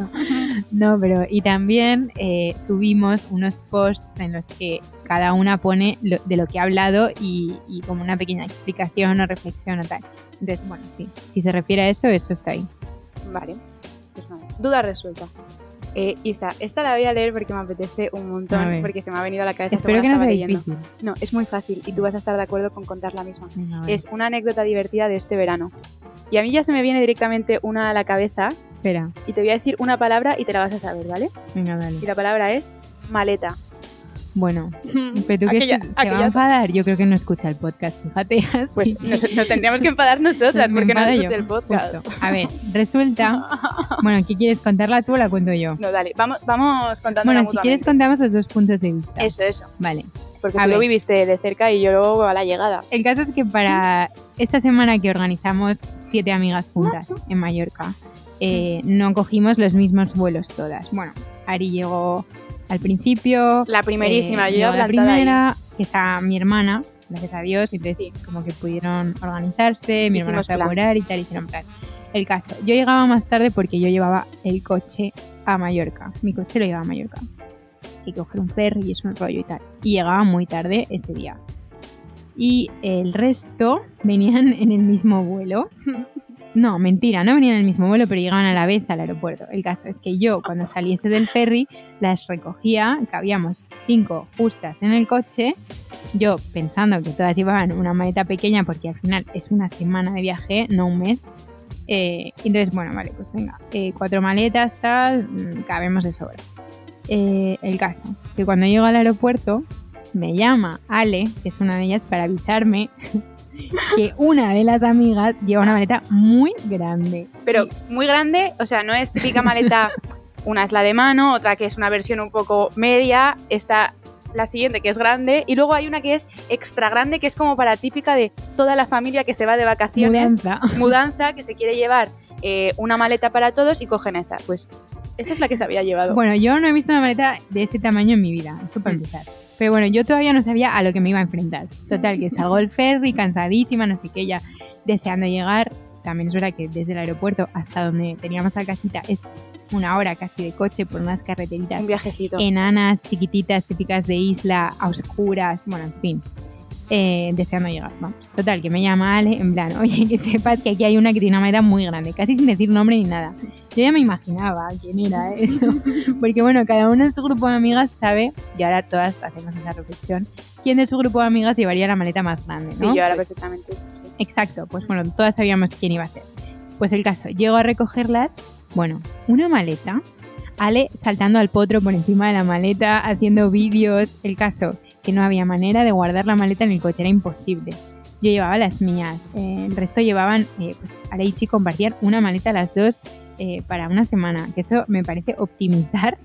[SPEAKER 3] No, pero y también eh, subimos unos posts en los que cada una pone lo- de lo que ha hablado y, y como una pequeña explicación o reflexión o tal. Entonces, bueno, sí, si se refiere a eso, eso está ahí.
[SPEAKER 2] Vale, pues nada, duda resuelta. Eh, Isa, esta la voy a leer porque me apetece un
[SPEAKER 3] A
[SPEAKER 2] montón,
[SPEAKER 3] ver.
[SPEAKER 2] porque se me ha venido a la cabeza.
[SPEAKER 3] Espero que
[SPEAKER 2] según
[SPEAKER 3] no
[SPEAKER 2] la
[SPEAKER 3] sea
[SPEAKER 2] estaba leyendo.
[SPEAKER 3] difícil.
[SPEAKER 2] No, es muy fácil y tú vas a estar de acuerdo con contar la misma.
[SPEAKER 3] Venga, vale.
[SPEAKER 2] Es una anécdota divertida de este verano. Y a mí ya se me viene directamente una a la cabeza
[SPEAKER 3] Espera,
[SPEAKER 2] y te voy a decir una palabra y te la vas a saber, ¿vale?
[SPEAKER 3] venga, vale.
[SPEAKER 2] Y la palabra es
[SPEAKER 3] (laughs)
[SPEAKER 2] maleta.
[SPEAKER 3] Bueno, pero tú que
[SPEAKER 2] Aquella-
[SPEAKER 3] se se va a
[SPEAKER 2] aquella-
[SPEAKER 3] enfadar, yo creo que no escucha el podcast, fíjate. (laughs) así.
[SPEAKER 2] ah, Pues nos, nos tendríamos que enfadar
[SPEAKER 3] (laughs)
[SPEAKER 2] nosotras
[SPEAKER 3] Me
[SPEAKER 2] porque no
[SPEAKER 3] enfado yo,
[SPEAKER 2] escucha el podcast.
[SPEAKER 3] Justo. A ver,
[SPEAKER 2] (laughs)
[SPEAKER 3] resulta, bueno, ¿qué quieres contarla tú o la cuento yo?
[SPEAKER 2] No, dale, vamos, vamos contando
[SPEAKER 3] Bueno, si quieres contamos los dos puntos de vista.
[SPEAKER 2] Eso, eso.
[SPEAKER 3] Vale.
[SPEAKER 2] Porque
[SPEAKER 3] A
[SPEAKER 2] tú lo
[SPEAKER 3] ver.
[SPEAKER 2] viviste de cerca y yo luego a la llegada.
[SPEAKER 3] El caso es que para esta semana que organizamos siete amigas juntas en Mallorca, eh, no cogimos los mismos vuelos todas. Bueno, Ari llegó al principio.
[SPEAKER 2] La primerísima,
[SPEAKER 3] eh,
[SPEAKER 2] yo
[SPEAKER 3] llegó
[SPEAKER 2] ya
[SPEAKER 3] la
[SPEAKER 2] plantada ahí.
[SPEAKER 3] primera, que está mi hermana, gracias a Dios, entonces
[SPEAKER 2] Sí.
[SPEAKER 3] como que pudieron organizarse, mi hermana
[SPEAKER 2] Hicimos
[SPEAKER 3] fue a
[SPEAKER 2] plan.
[SPEAKER 3] curar y tal, hicieron plan. El caso, yo llegaba más tarde porque yo llevaba el coche a Mallorca, mi coche lo llevaba a Mallorca. Hay que coger un ferry y es un rollo y tal. Y llegaba muy tarde ese día. (laughs)
[SPEAKER 2] (laughs)
[SPEAKER 3] Y el resto venían en el mismo vuelo. No, mentira, no venían en el mismo vuelo, pero llegaban a la vez al aeropuerto. El caso es que yo, cuando saliese del ferry, las recogía, cabíamos cinco justas en el coche. Yo, pensando que todas llevaban una maleta pequeña, porque al final es una semana de viaje, no un mes. eh, entonces, bueno, vale, pues venga, eh, cuatro maletas, tal, mm, cabemos de sobra. Eh, el caso, que cuando llego al aeropuerto, me llama Ale, que es una de ellas, para avisarme (laughs) que una de las amigas lleva una maleta muy grande.
[SPEAKER 2] Pero muy grande, o sea, no es
[SPEAKER 3] (laughs)
[SPEAKER 2] típica maleta, una es la de mano, otra que es una versión un poco media, está la siguiente que es grande y luego hay una que es extra grande que es como para típica de toda la familia que se va de vacaciones,
[SPEAKER 3] Mudanza.
[SPEAKER 2] mudanza, que se quiere llevar eh, una maleta para todos y cogen esa. Pues esa es la que se había llevado.
[SPEAKER 3] Bueno, yo no he visto una maleta de ese tamaño en mi vida, eso para
[SPEAKER 2] Mm.
[SPEAKER 3] empezar. Pero bueno, yo todavía no sabía a lo que me iba a enfrentar. Total, que salgo del ferry, cansadísima, no sé qué, ya deseando llegar. También es verdad que desde el aeropuerto hasta donde teníamos la casita es una hora casi de coche por unas carreteritas
[SPEAKER 2] un viajecito.
[SPEAKER 3] eh, enanas, chiquititas, típicas de isla, a oscuras, bueno, en fin. Eh, deseando llegar, vamos. Total, que me llama Ale, en plan, oye, que sepas que aquí hay una que tiene una maleta muy grande, casi sin decir nombre ni nada. Yo ya me imaginaba quién era eso, (laughs) porque bueno, cada uno en su grupo de amigas sabe, y ahora todas hacemos esa reflexión, quién de su grupo de amigas llevaría la maleta más grande, ¿no?
[SPEAKER 2] Sí, yo ahora perfectamente. eso, sí.
[SPEAKER 3] Exacto, pues bueno, todas sabíamos quién iba a ser. Pues el caso, llego a recogerlas, bueno, una maleta, Ale saltando al potro por encima de la maleta, haciendo vídeos, el caso, que no había manera de guardar la maleta en el coche, era imposible. Yo llevaba las mías, eh, el resto llevaban, eh, pues Ale y Chi compartían una maleta las dos eh, para una semana, que eso me parece optimizar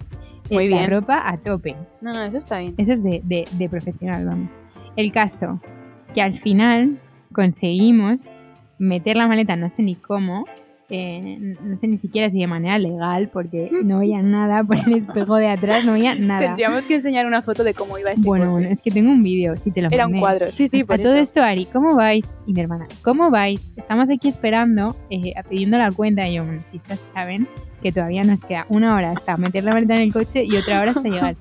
[SPEAKER 3] eh,
[SPEAKER 2] Muy
[SPEAKER 3] la
[SPEAKER 2] bien.
[SPEAKER 3] ropa a tope.
[SPEAKER 2] No, no, eso está bien.
[SPEAKER 3] Eso es de, de- de profesional, vamos. El caso, que al final conseguimos meter la maleta, no sé ni cómo, eh, no sé ni siquiera si de manera legal, porque no veía nada por el espejo de atrás,
[SPEAKER 2] (laughs)
[SPEAKER 3] no veía nada.
[SPEAKER 2] Tendríamos Mm. que enseñar una foto de cómo iba ese
[SPEAKER 3] Bueno,
[SPEAKER 2] coche.
[SPEAKER 3] bueno, es que tengo un vídeo, si te lo
[SPEAKER 2] Era un
[SPEAKER 3] mandé.
[SPEAKER 2] cuadro. Sí, sí, por
[SPEAKER 3] a todo
[SPEAKER 2] eso.
[SPEAKER 3] esto, Ari, ¿cómo vais? Y mi hermana, ¿cómo vais? Estamos aquí esperando, eh, pidiendo la cuenta. Y yo, bueno, si estas saben que todavía nos queda una hora hasta meter la maleta en el coche y otra hora hasta llegar.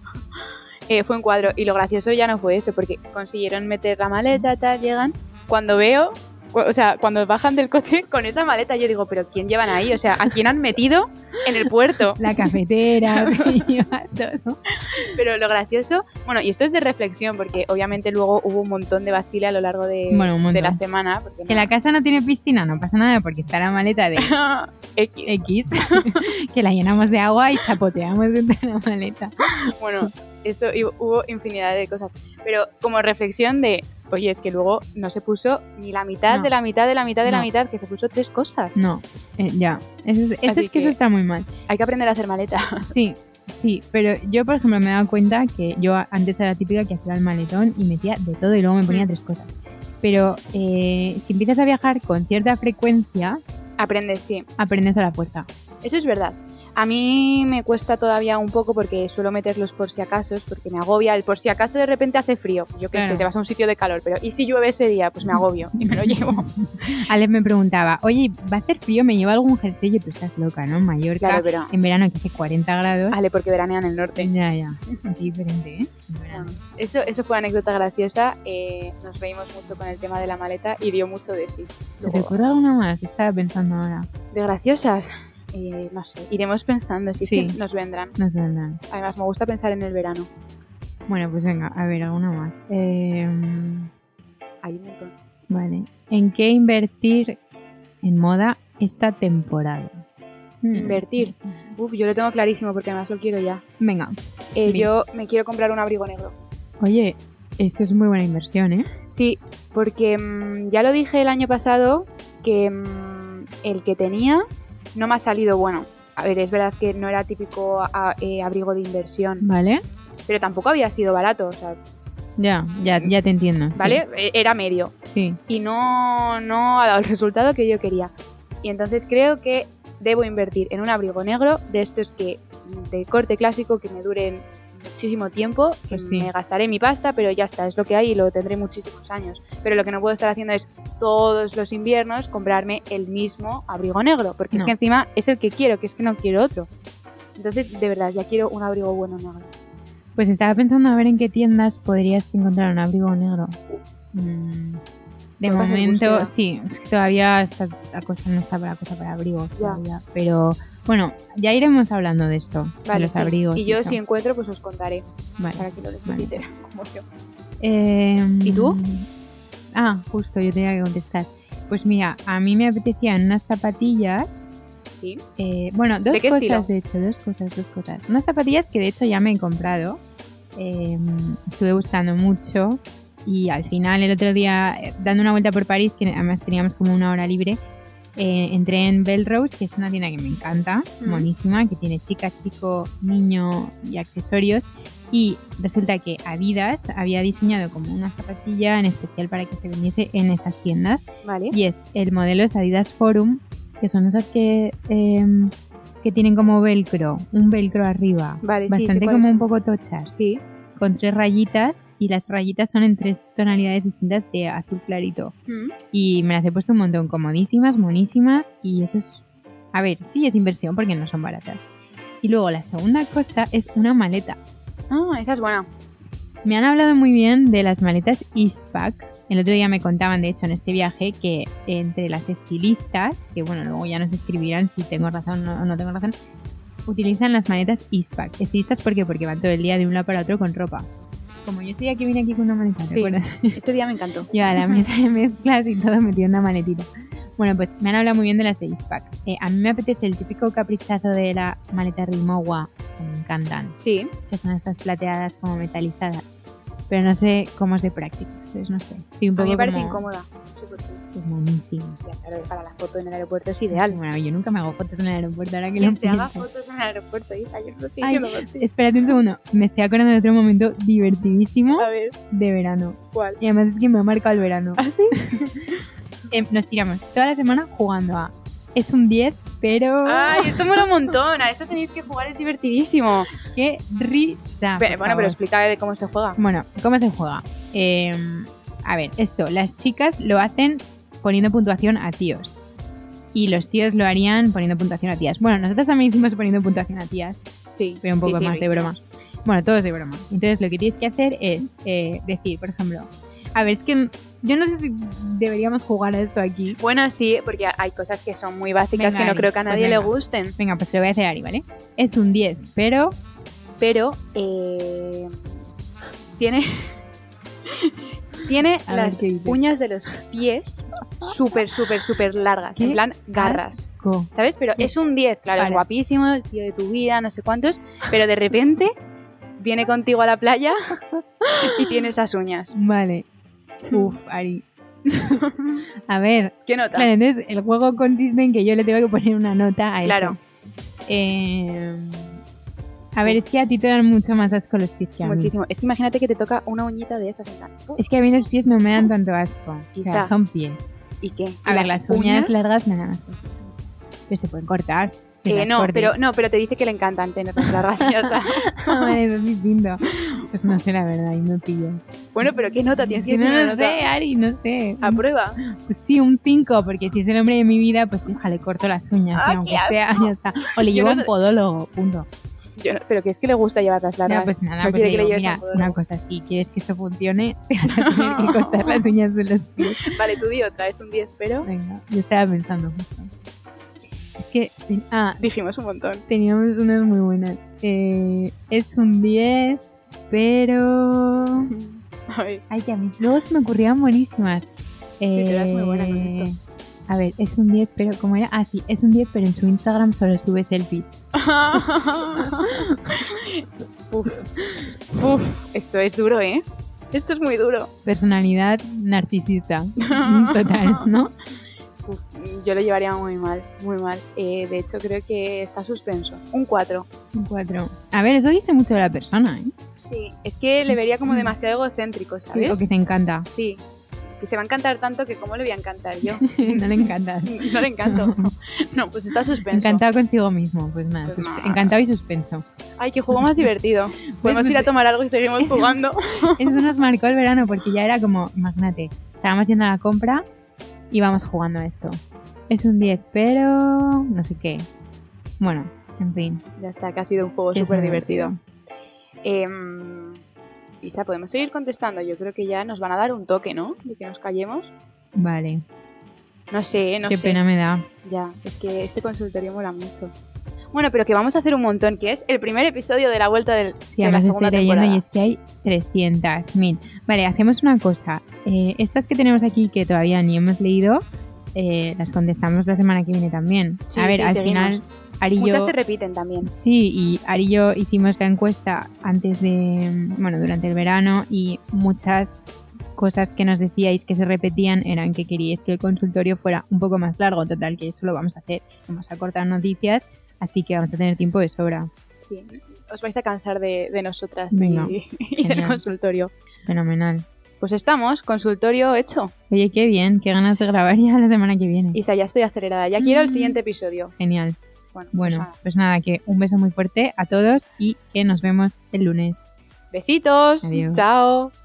[SPEAKER 2] Eh, fue un cuadro. Y lo gracioso ya no fue eso, porque consiguieron meter la maleta, tal, llegan. Cuando veo, cu- o sea, cuando bajan del coche (laughs) con esa maleta, yo digo, ¿pero quién llevan ahí? O sea, ¿a quién han metido en el
[SPEAKER 3] (laughs)
[SPEAKER 2] puerto?
[SPEAKER 3] La
[SPEAKER 2] (laughs)
[SPEAKER 3] cafetera, (laughs) lleva todo.
[SPEAKER 2] Pero lo gracioso, bueno, y esto es de reflexión, porque obviamente luego hubo un montón de vacile a lo largo de,
[SPEAKER 3] Bueno, un montón.
[SPEAKER 2] de la semana. Porque
[SPEAKER 3] Que la casa no tiene piscina, no pasa nada porque está la maleta de
[SPEAKER 2] no- (laughs) X.
[SPEAKER 3] X, (laughs) que la llenamos de agua y chapoteamos dentro de la maleta.
[SPEAKER 2] Bueno, eso y hubo infinidad de cosas. Pero como reflexión de, oye, es que luego no se puso ni la mitad
[SPEAKER 3] No.
[SPEAKER 2] de la mitad de la mitad de la
[SPEAKER 3] No.
[SPEAKER 2] mitad, que se puso tres cosas.
[SPEAKER 3] No, eh, ya. Eso, es, eso
[SPEAKER 2] Así
[SPEAKER 3] es que eso
[SPEAKER 2] que-
[SPEAKER 3] está muy
[SPEAKER 2] (laughs)
[SPEAKER 3] mal.
[SPEAKER 2] Hay que aprender a hacer maleta.
[SPEAKER 3] Sí, sí, pero yo, por ejemplo, me he dado cuenta que yo antes era la típica que hacía el maletón y metía de todo y luego me ponía
[SPEAKER 2] Mm.
[SPEAKER 3] tres cosas. Pero eh, si empiezas a viajar con cierta frecuencia,
[SPEAKER 2] Aprendes, sí.
[SPEAKER 3] aprendes a la fuerza.
[SPEAKER 2] Eso es verdad. A mí me cuesta todavía un poco porque suelo meterlos por si acaso, porque me agobia. El por si acaso de repente hace frío. Yo qué
[SPEAKER 3] Claro.
[SPEAKER 2] sé, te vas a un sitio de calor, pero ¿y si llueve ese día? Pues me agobio (laughs) y me lo
[SPEAKER 3] (laughs)
[SPEAKER 2] llevo.
[SPEAKER 3] Alex me preguntaba, oye, ¿va a hacer frío? ¿Me lleva algún jersey? Yo, tú estás loca, ¿no? En Mallorca,
[SPEAKER 2] Claro, Ah, pero.
[SPEAKER 3] en verano que hace 40 grados.
[SPEAKER 2] Vale, porque veranean el norte.
[SPEAKER 3] Ya, ya. Es diferente, ¿eh? En verano.
[SPEAKER 2] Eso, eso fue una anécdota graciosa. eh, nos reímos mucho con el tema de la maleta y dio mucho de sí.
[SPEAKER 3] ¿Te
[SPEAKER 2] Luego,
[SPEAKER 3] recuerda alguna más? Yo estaba pensando ahora.
[SPEAKER 2] de graciosas, eh, no sé, iremos pensando si es
[SPEAKER 3] Sí.
[SPEAKER 2] que nos vendrán.
[SPEAKER 3] No sé, nada.
[SPEAKER 2] Además, me gusta pensar en el verano.
[SPEAKER 3] Bueno, pues venga, a ver, alguna más. Eh,
[SPEAKER 2] Ahí me encon-
[SPEAKER 3] vale. ¿En qué invertir en moda esta temporada? Hmm.
[SPEAKER 2] Invertir. Uf, yo lo tengo clarísimo porque además lo quiero ya.
[SPEAKER 3] Venga.
[SPEAKER 2] Eh,
[SPEAKER 3] Bien.
[SPEAKER 2] yo me quiero comprar un abrigo negro.
[SPEAKER 3] Oye, esto es muy buena inversión, ¿eh?
[SPEAKER 2] Sí, porque mm, ya lo dije el año pasado que mm, el que tenía no me ha salido bueno. A ver, es verdad que no era típico a- eh, abrigo de inversión,
[SPEAKER 3] ¿Vale?
[SPEAKER 2] pero tampoco había sido barato, o sea,
[SPEAKER 3] Ya, ya, ya te entiendo. sí,
[SPEAKER 2] ¿vale? E- Era medio.
[SPEAKER 3] Sí.
[SPEAKER 2] y no, no ha dado el resultado que yo quería. Y entonces creo que debo invertir en un abrigo negro de estos que de corte clásico que me duren muchísimo tiempo, que
[SPEAKER 3] Pues sí.
[SPEAKER 2] me gastaré mi pasta, pero ya está, es lo que hay y lo tendré muchísimos años. Pero lo que no puedo estar haciendo es todos los inviernos comprarme el mismo abrigo negro, porque
[SPEAKER 3] No.
[SPEAKER 2] es que encima es el que quiero, que es que no quiero otro. Entonces, de verdad, ya quiero un abrigo bueno negro.
[SPEAKER 3] Pues estaba pensando a ver en qué tiendas podrías encontrar un abrigo negro. Mm, De
[SPEAKER 2] Estás en
[SPEAKER 3] momento,
[SPEAKER 2] búsqueda.
[SPEAKER 3] sí, es que todavía está- la cosa no está para cosa para abrigos.
[SPEAKER 2] Ya.
[SPEAKER 3] todavía, Pero bueno, ya iremos hablando de esto, de
[SPEAKER 2] Vale,
[SPEAKER 3] los
[SPEAKER 2] sí.
[SPEAKER 3] abrigos.
[SPEAKER 2] Y yo
[SPEAKER 3] eso.
[SPEAKER 2] si encuentro, pues os contaré
[SPEAKER 3] Vale.
[SPEAKER 2] para que lo necesiten como yo.
[SPEAKER 3] Eh,
[SPEAKER 2] ¿Y tú?
[SPEAKER 3] Ah, justo, yo tenía que contestar. Pues mira, a mí me apetecían unas zapatillas.
[SPEAKER 2] Sí.
[SPEAKER 3] eh, bueno, dos
[SPEAKER 2] ¿De qué
[SPEAKER 3] cosas,
[SPEAKER 2] estilo?
[SPEAKER 3] de hecho, dos cosas, dos cosas. Unas zapatillas que de hecho ya me he comprado. eh, estuve buscando mucho. Y al final, el otro día, eh, dando una vuelta por París, que además teníamos como una hora libre, eh, entré en Belrose, que es una tienda que me encanta,
[SPEAKER 2] Mm.
[SPEAKER 3] buenísima, que tiene chica, chico, niño y accesorios. Y resulta que Adidas había diseñado como una zapatilla en especial para que se vendiese en esas tiendas.
[SPEAKER 2] Vale.
[SPEAKER 3] Y es el modelo es Adidas Forum, que son esas que, em, que tienen como velcro, un velcro arriba.
[SPEAKER 2] Vale, sí, sé
[SPEAKER 3] Bastante
[SPEAKER 2] cuáles
[SPEAKER 3] como un
[SPEAKER 2] son.
[SPEAKER 3] poco tochas,
[SPEAKER 2] Sí.
[SPEAKER 3] con tres rayitas y las rayitas son en tres tonalidades distintas de azul clarito.
[SPEAKER 2] Mm.
[SPEAKER 3] Y me las he puesto un montón, comodísimas, monísimas. Y eso es. A ver, sí es inversión porque no son baratas. Y luego la segunda cosa es una maleta.
[SPEAKER 2] Ah, esa es (laughs) buena.
[SPEAKER 3] Me han hablado muy bien de las maletas Eastpak. El otro día me contaban, de hecho, en este viaje, que entre las estilistas, que bueno, luego ya nos escribirán si tengo razón o no tengo razón, utilizan las maletas Eastpak. Estilistas, ¿por qué? Porque van todo el día de un lado para otro con ropa. Como yo este día que vine aquí con una maleta, ¿te
[SPEAKER 2] Sí.
[SPEAKER 3] acuerdas? (laughs)
[SPEAKER 2] Este día me encantó.
[SPEAKER 3] Yo a la mesa de mezclas y todo metido en una maletita. Bueno, pues me han hablado muy bien de las de Eastpak. Eh, a mí me apetece el típico caprichazo de la maleta Rimowa, que me encantan,
[SPEAKER 2] Sí.
[SPEAKER 3] que son estas plateadas como metalizadas. Pero no sé cómo es de práctica, entonces no sé. Estoy un
[SPEAKER 2] A
[SPEAKER 3] poco
[SPEAKER 2] mí me parece
[SPEAKER 3] como-
[SPEAKER 2] incómoda. Súper cool.
[SPEAKER 3] Pues monísimo.
[SPEAKER 2] Ya, claro, para la foto en el aeropuerto es ideal.
[SPEAKER 3] Bueno, yo nunca me hago fotos en el aeropuerto, ahora que
[SPEAKER 2] Quien
[SPEAKER 3] lo
[SPEAKER 2] se haga
[SPEAKER 3] pienso.
[SPEAKER 2] fotos en el aeropuerto, Isa, yo no sé,
[SPEAKER 3] Ay,
[SPEAKER 2] yo no lo sé.
[SPEAKER 3] Espérate un segundo, me estoy acordando de otro momento divertidísimo
[SPEAKER 2] A ver,
[SPEAKER 3] de verano.
[SPEAKER 2] ¿cuál?
[SPEAKER 3] Y además es que me ha marcado el
[SPEAKER 2] (laughs)
[SPEAKER 3] verano.
[SPEAKER 2] ¿Ah, sí?
[SPEAKER 3] Eh, nos tiramos toda la semana jugando a... Es un 10, pero...
[SPEAKER 2] Ay, esto mola un montón. A esto tenéis que jugar, es divertidísimo.
[SPEAKER 3] ¡Qué risa!
[SPEAKER 2] Pero,
[SPEAKER 3] Ah, por
[SPEAKER 2] bueno, pero
[SPEAKER 3] favor.
[SPEAKER 2] explica de cómo se juega.
[SPEAKER 3] Bueno, ¿cómo se juega? Eh, a ver, esto, las chicas lo hacen poniendo puntuación a tíos. Y los tíos lo harían poniendo puntuación a tías. Bueno, nosotros también hicimos poniendo puntuación a tías,
[SPEAKER 2] Sí.
[SPEAKER 3] pero un poco
[SPEAKER 2] sí, sí,
[SPEAKER 3] más de
[SPEAKER 2] sí.
[SPEAKER 3] broma. Bueno, todo es de broma. Entonces lo que tienes que hacer es eh, decir, por ejemplo, a ver, es que yo no sé si deberíamos jugar a esto aquí.
[SPEAKER 2] Bueno, sí, porque hay cosas que son muy básicas
[SPEAKER 3] Venga,
[SPEAKER 2] que no
[SPEAKER 3] Ari,
[SPEAKER 2] creo que a
[SPEAKER 3] pues
[SPEAKER 2] nadie le
[SPEAKER 3] venga.
[SPEAKER 2] gusten.
[SPEAKER 3] Venga, pues se lo voy a hacer a Ari, ¿vale? Es un 10, pero
[SPEAKER 2] Pero eh, tiene, (laughs) tiene
[SPEAKER 3] A ver
[SPEAKER 2] las
[SPEAKER 3] qué dice.
[SPEAKER 2] uñas de los pies súper, súper, súper largas.
[SPEAKER 3] Qué
[SPEAKER 2] En plan, garras.
[SPEAKER 3] asco.
[SPEAKER 2] ¿Sabes? Pero es un 10, claro, es
[SPEAKER 3] Vale.
[SPEAKER 2] guapísimo, el tío de tu vida, no sé cuántos, pero de repente viene contigo a la playa (laughs) y tiene esas uñas.
[SPEAKER 3] Vale. Uf, Ari. (laughs) a ver,
[SPEAKER 2] ¿Qué nota?
[SPEAKER 3] Claro, entonces el juego consiste en que yo le tengo que poner una nota a
[SPEAKER 2] Claro.
[SPEAKER 3] eso. Eh, a ver, es que a ti te dan mucho más asco los pies que a mí.
[SPEAKER 2] Muchísimo. Es que imagínate que te toca una uñita de esas en plan, ¡pum!
[SPEAKER 3] Es que a mí los pies no me dan tanto asco. O sea,
[SPEAKER 2] Quizá.
[SPEAKER 3] son pies.
[SPEAKER 2] ¿Y qué?
[SPEAKER 3] A
[SPEAKER 2] ¿Y
[SPEAKER 3] ver, las uñas, largas me dan asco. Pero se pueden cortar. que
[SPEAKER 2] Eh,
[SPEAKER 3] las
[SPEAKER 2] no,
[SPEAKER 3] corten. (laughs)
[SPEAKER 2] pero, no, pero te dice que le encantan tenerlas largas y ya está. (laughs)
[SPEAKER 3] Vale, eso es distinto. Pues no sé la verdad, y me pillo.
[SPEAKER 2] Bueno, pero ¿qué nota tienes
[SPEAKER 3] (laughs)
[SPEAKER 2] que
[SPEAKER 3] no
[SPEAKER 2] decir una
[SPEAKER 3] lo
[SPEAKER 2] nota.
[SPEAKER 3] sé, Ari, no sé.
[SPEAKER 2] A prueba.
[SPEAKER 3] Pues sí, un 5, porque si es el hombre de mi vida, pues hija, le corto las uñas.
[SPEAKER 2] Ah,
[SPEAKER 3] que aunque
[SPEAKER 2] qué
[SPEAKER 3] sea, ya está. O le
[SPEAKER 2] Yo
[SPEAKER 3] llevo
[SPEAKER 2] no
[SPEAKER 3] a un
[SPEAKER 2] sé.
[SPEAKER 3] podólogo, punto.
[SPEAKER 2] Yo no- pero que es que le gusta llevarlas
[SPEAKER 3] No,
[SPEAKER 2] largas.
[SPEAKER 3] pues nada,
[SPEAKER 2] No
[SPEAKER 3] pues
[SPEAKER 2] quiere que
[SPEAKER 3] le
[SPEAKER 2] le
[SPEAKER 3] digo,
[SPEAKER 2] lleves
[SPEAKER 3] mira,
[SPEAKER 2] a un
[SPEAKER 3] una
[SPEAKER 2] podólogo".
[SPEAKER 3] cosa, si quieres que esto
[SPEAKER 2] (laughs)
[SPEAKER 3] funcione, te vas a tener que cortar las uñas de los pies.
[SPEAKER 2] Vale, tú di otra, es un 10, pero
[SPEAKER 3] Venga, yo estaba pensando justo. Es que, ah,
[SPEAKER 2] dijimos un montón.
[SPEAKER 3] teníamos unas muy buenas. Eh, es un 10, pero...
[SPEAKER 2] A ver,
[SPEAKER 3] Ay, que a mí luego se me ocurrían buenísimas.
[SPEAKER 2] tú eras muy
[SPEAKER 3] Eh,
[SPEAKER 2] buena con esto.
[SPEAKER 3] A ver, es un 10, pero ¿cómo era? Ah, sí, es un 10, pero en su Instagram solo sube selfies.
[SPEAKER 2] (laughs) Uf. Uf, esto es duro, ¿eh? Esto es muy duro.
[SPEAKER 3] Personalidad
[SPEAKER 2] (laughs)
[SPEAKER 3] narcisista. Total, ¿no?
[SPEAKER 2] Uf, yo lo llevaría muy mal, muy mal. Eh, de hecho, creo que está suspenso. Un 4.
[SPEAKER 3] Un 4. A ver, eso dice mucho de la persona, ¿eh?
[SPEAKER 2] Sí, es que le vería como demasiado egocéntrico,
[SPEAKER 3] Sí,
[SPEAKER 2] ¿sabes?
[SPEAKER 3] o que se
[SPEAKER 2] (laughs)
[SPEAKER 3] encanta.
[SPEAKER 2] Sí, que se va a encantar tanto que cómo le voy a encantar yo. (laughs)
[SPEAKER 3] no le encanta.
[SPEAKER 2] No
[SPEAKER 3] (laughs)
[SPEAKER 2] le encanto. No, pues está suspenso.
[SPEAKER 3] Encantado consigo mismo, pues nada.
[SPEAKER 2] Pues
[SPEAKER 3] sus-
[SPEAKER 2] nada.
[SPEAKER 3] Encantado y suspenso.
[SPEAKER 2] Ay, qué juego más (laughs) divertido. Podemos
[SPEAKER 3] Pues-
[SPEAKER 2] ir a tomar algo y seguimos
[SPEAKER 3] Eso.
[SPEAKER 2] jugando.
[SPEAKER 3] Eso nos marcó el verano porque ya era como, imagínate, estábamos yendo a la compra y vamos jugando a esto. Es un 10, pero no sé qué. Bueno, en fin.
[SPEAKER 2] Ya está, que ha sido un juego
[SPEAKER 3] que es
[SPEAKER 2] súper
[SPEAKER 3] muy
[SPEAKER 2] divertido. Em, Isa, podemos seguir contestando. Yo creo que ya nos van a dar un toque, ¿no? De que nos callemos.
[SPEAKER 3] Vale.
[SPEAKER 2] No sé, no
[SPEAKER 3] Qué
[SPEAKER 2] sé.
[SPEAKER 3] pena me da.
[SPEAKER 2] Ya, es que este consultorio mola mucho. Bueno, pero que vamos a hacer un montón, que es el primer episodio de la vuelta del,
[SPEAKER 3] Y
[SPEAKER 2] de la
[SPEAKER 3] además estoy
[SPEAKER 2] segunda
[SPEAKER 3] leyendo
[SPEAKER 2] temporada.
[SPEAKER 3] y es que hay 300.000. Vale, hacemos una cosa. Eh, estas que tenemos aquí que todavía ni hemos leído, eh, las contestamos la semana que viene también.
[SPEAKER 2] Sí,
[SPEAKER 3] a ver,
[SPEAKER 2] sí,
[SPEAKER 3] al
[SPEAKER 2] seguimos.
[SPEAKER 3] final, Ari y yo-
[SPEAKER 2] Muchas se repiten también.
[SPEAKER 3] Sí, y Ari y yo hicimos la encuesta antes de, bueno, durante el verano y muchas cosas que nos decíais que se repetían eran que queríais que el consultorio fuera un poco más largo, total, que eso lo vamos a hacer. Vamos a cortar noticias, así que vamos a tener tiempo de sobra.
[SPEAKER 2] Sí. Os vais a cansar de, de nosotras
[SPEAKER 3] Venga,
[SPEAKER 2] y, (laughs) y del
[SPEAKER 3] genial.
[SPEAKER 2] consultorio.
[SPEAKER 3] Fenomenal.
[SPEAKER 2] Pues estamos, consultorio hecho.
[SPEAKER 3] Oye, qué bien, qué ganas de grabar (laughs) ya la semana que viene.
[SPEAKER 2] Isa, ya estoy acelerada. Ya quiero el
[SPEAKER 3] Mm.
[SPEAKER 2] siguiente episodio.
[SPEAKER 3] Genial.
[SPEAKER 2] Bueno, pues
[SPEAKER 3] Bueno,
[SPEAKER 2] nada.
[SPEAKER 3] pues nada, que un beso muy fuerte a todos y que nos vemos el lunes.
[SPEAKER 2] besitos.
[SPEAKER 3] Adiós.
[SPEAKER 2] Chao.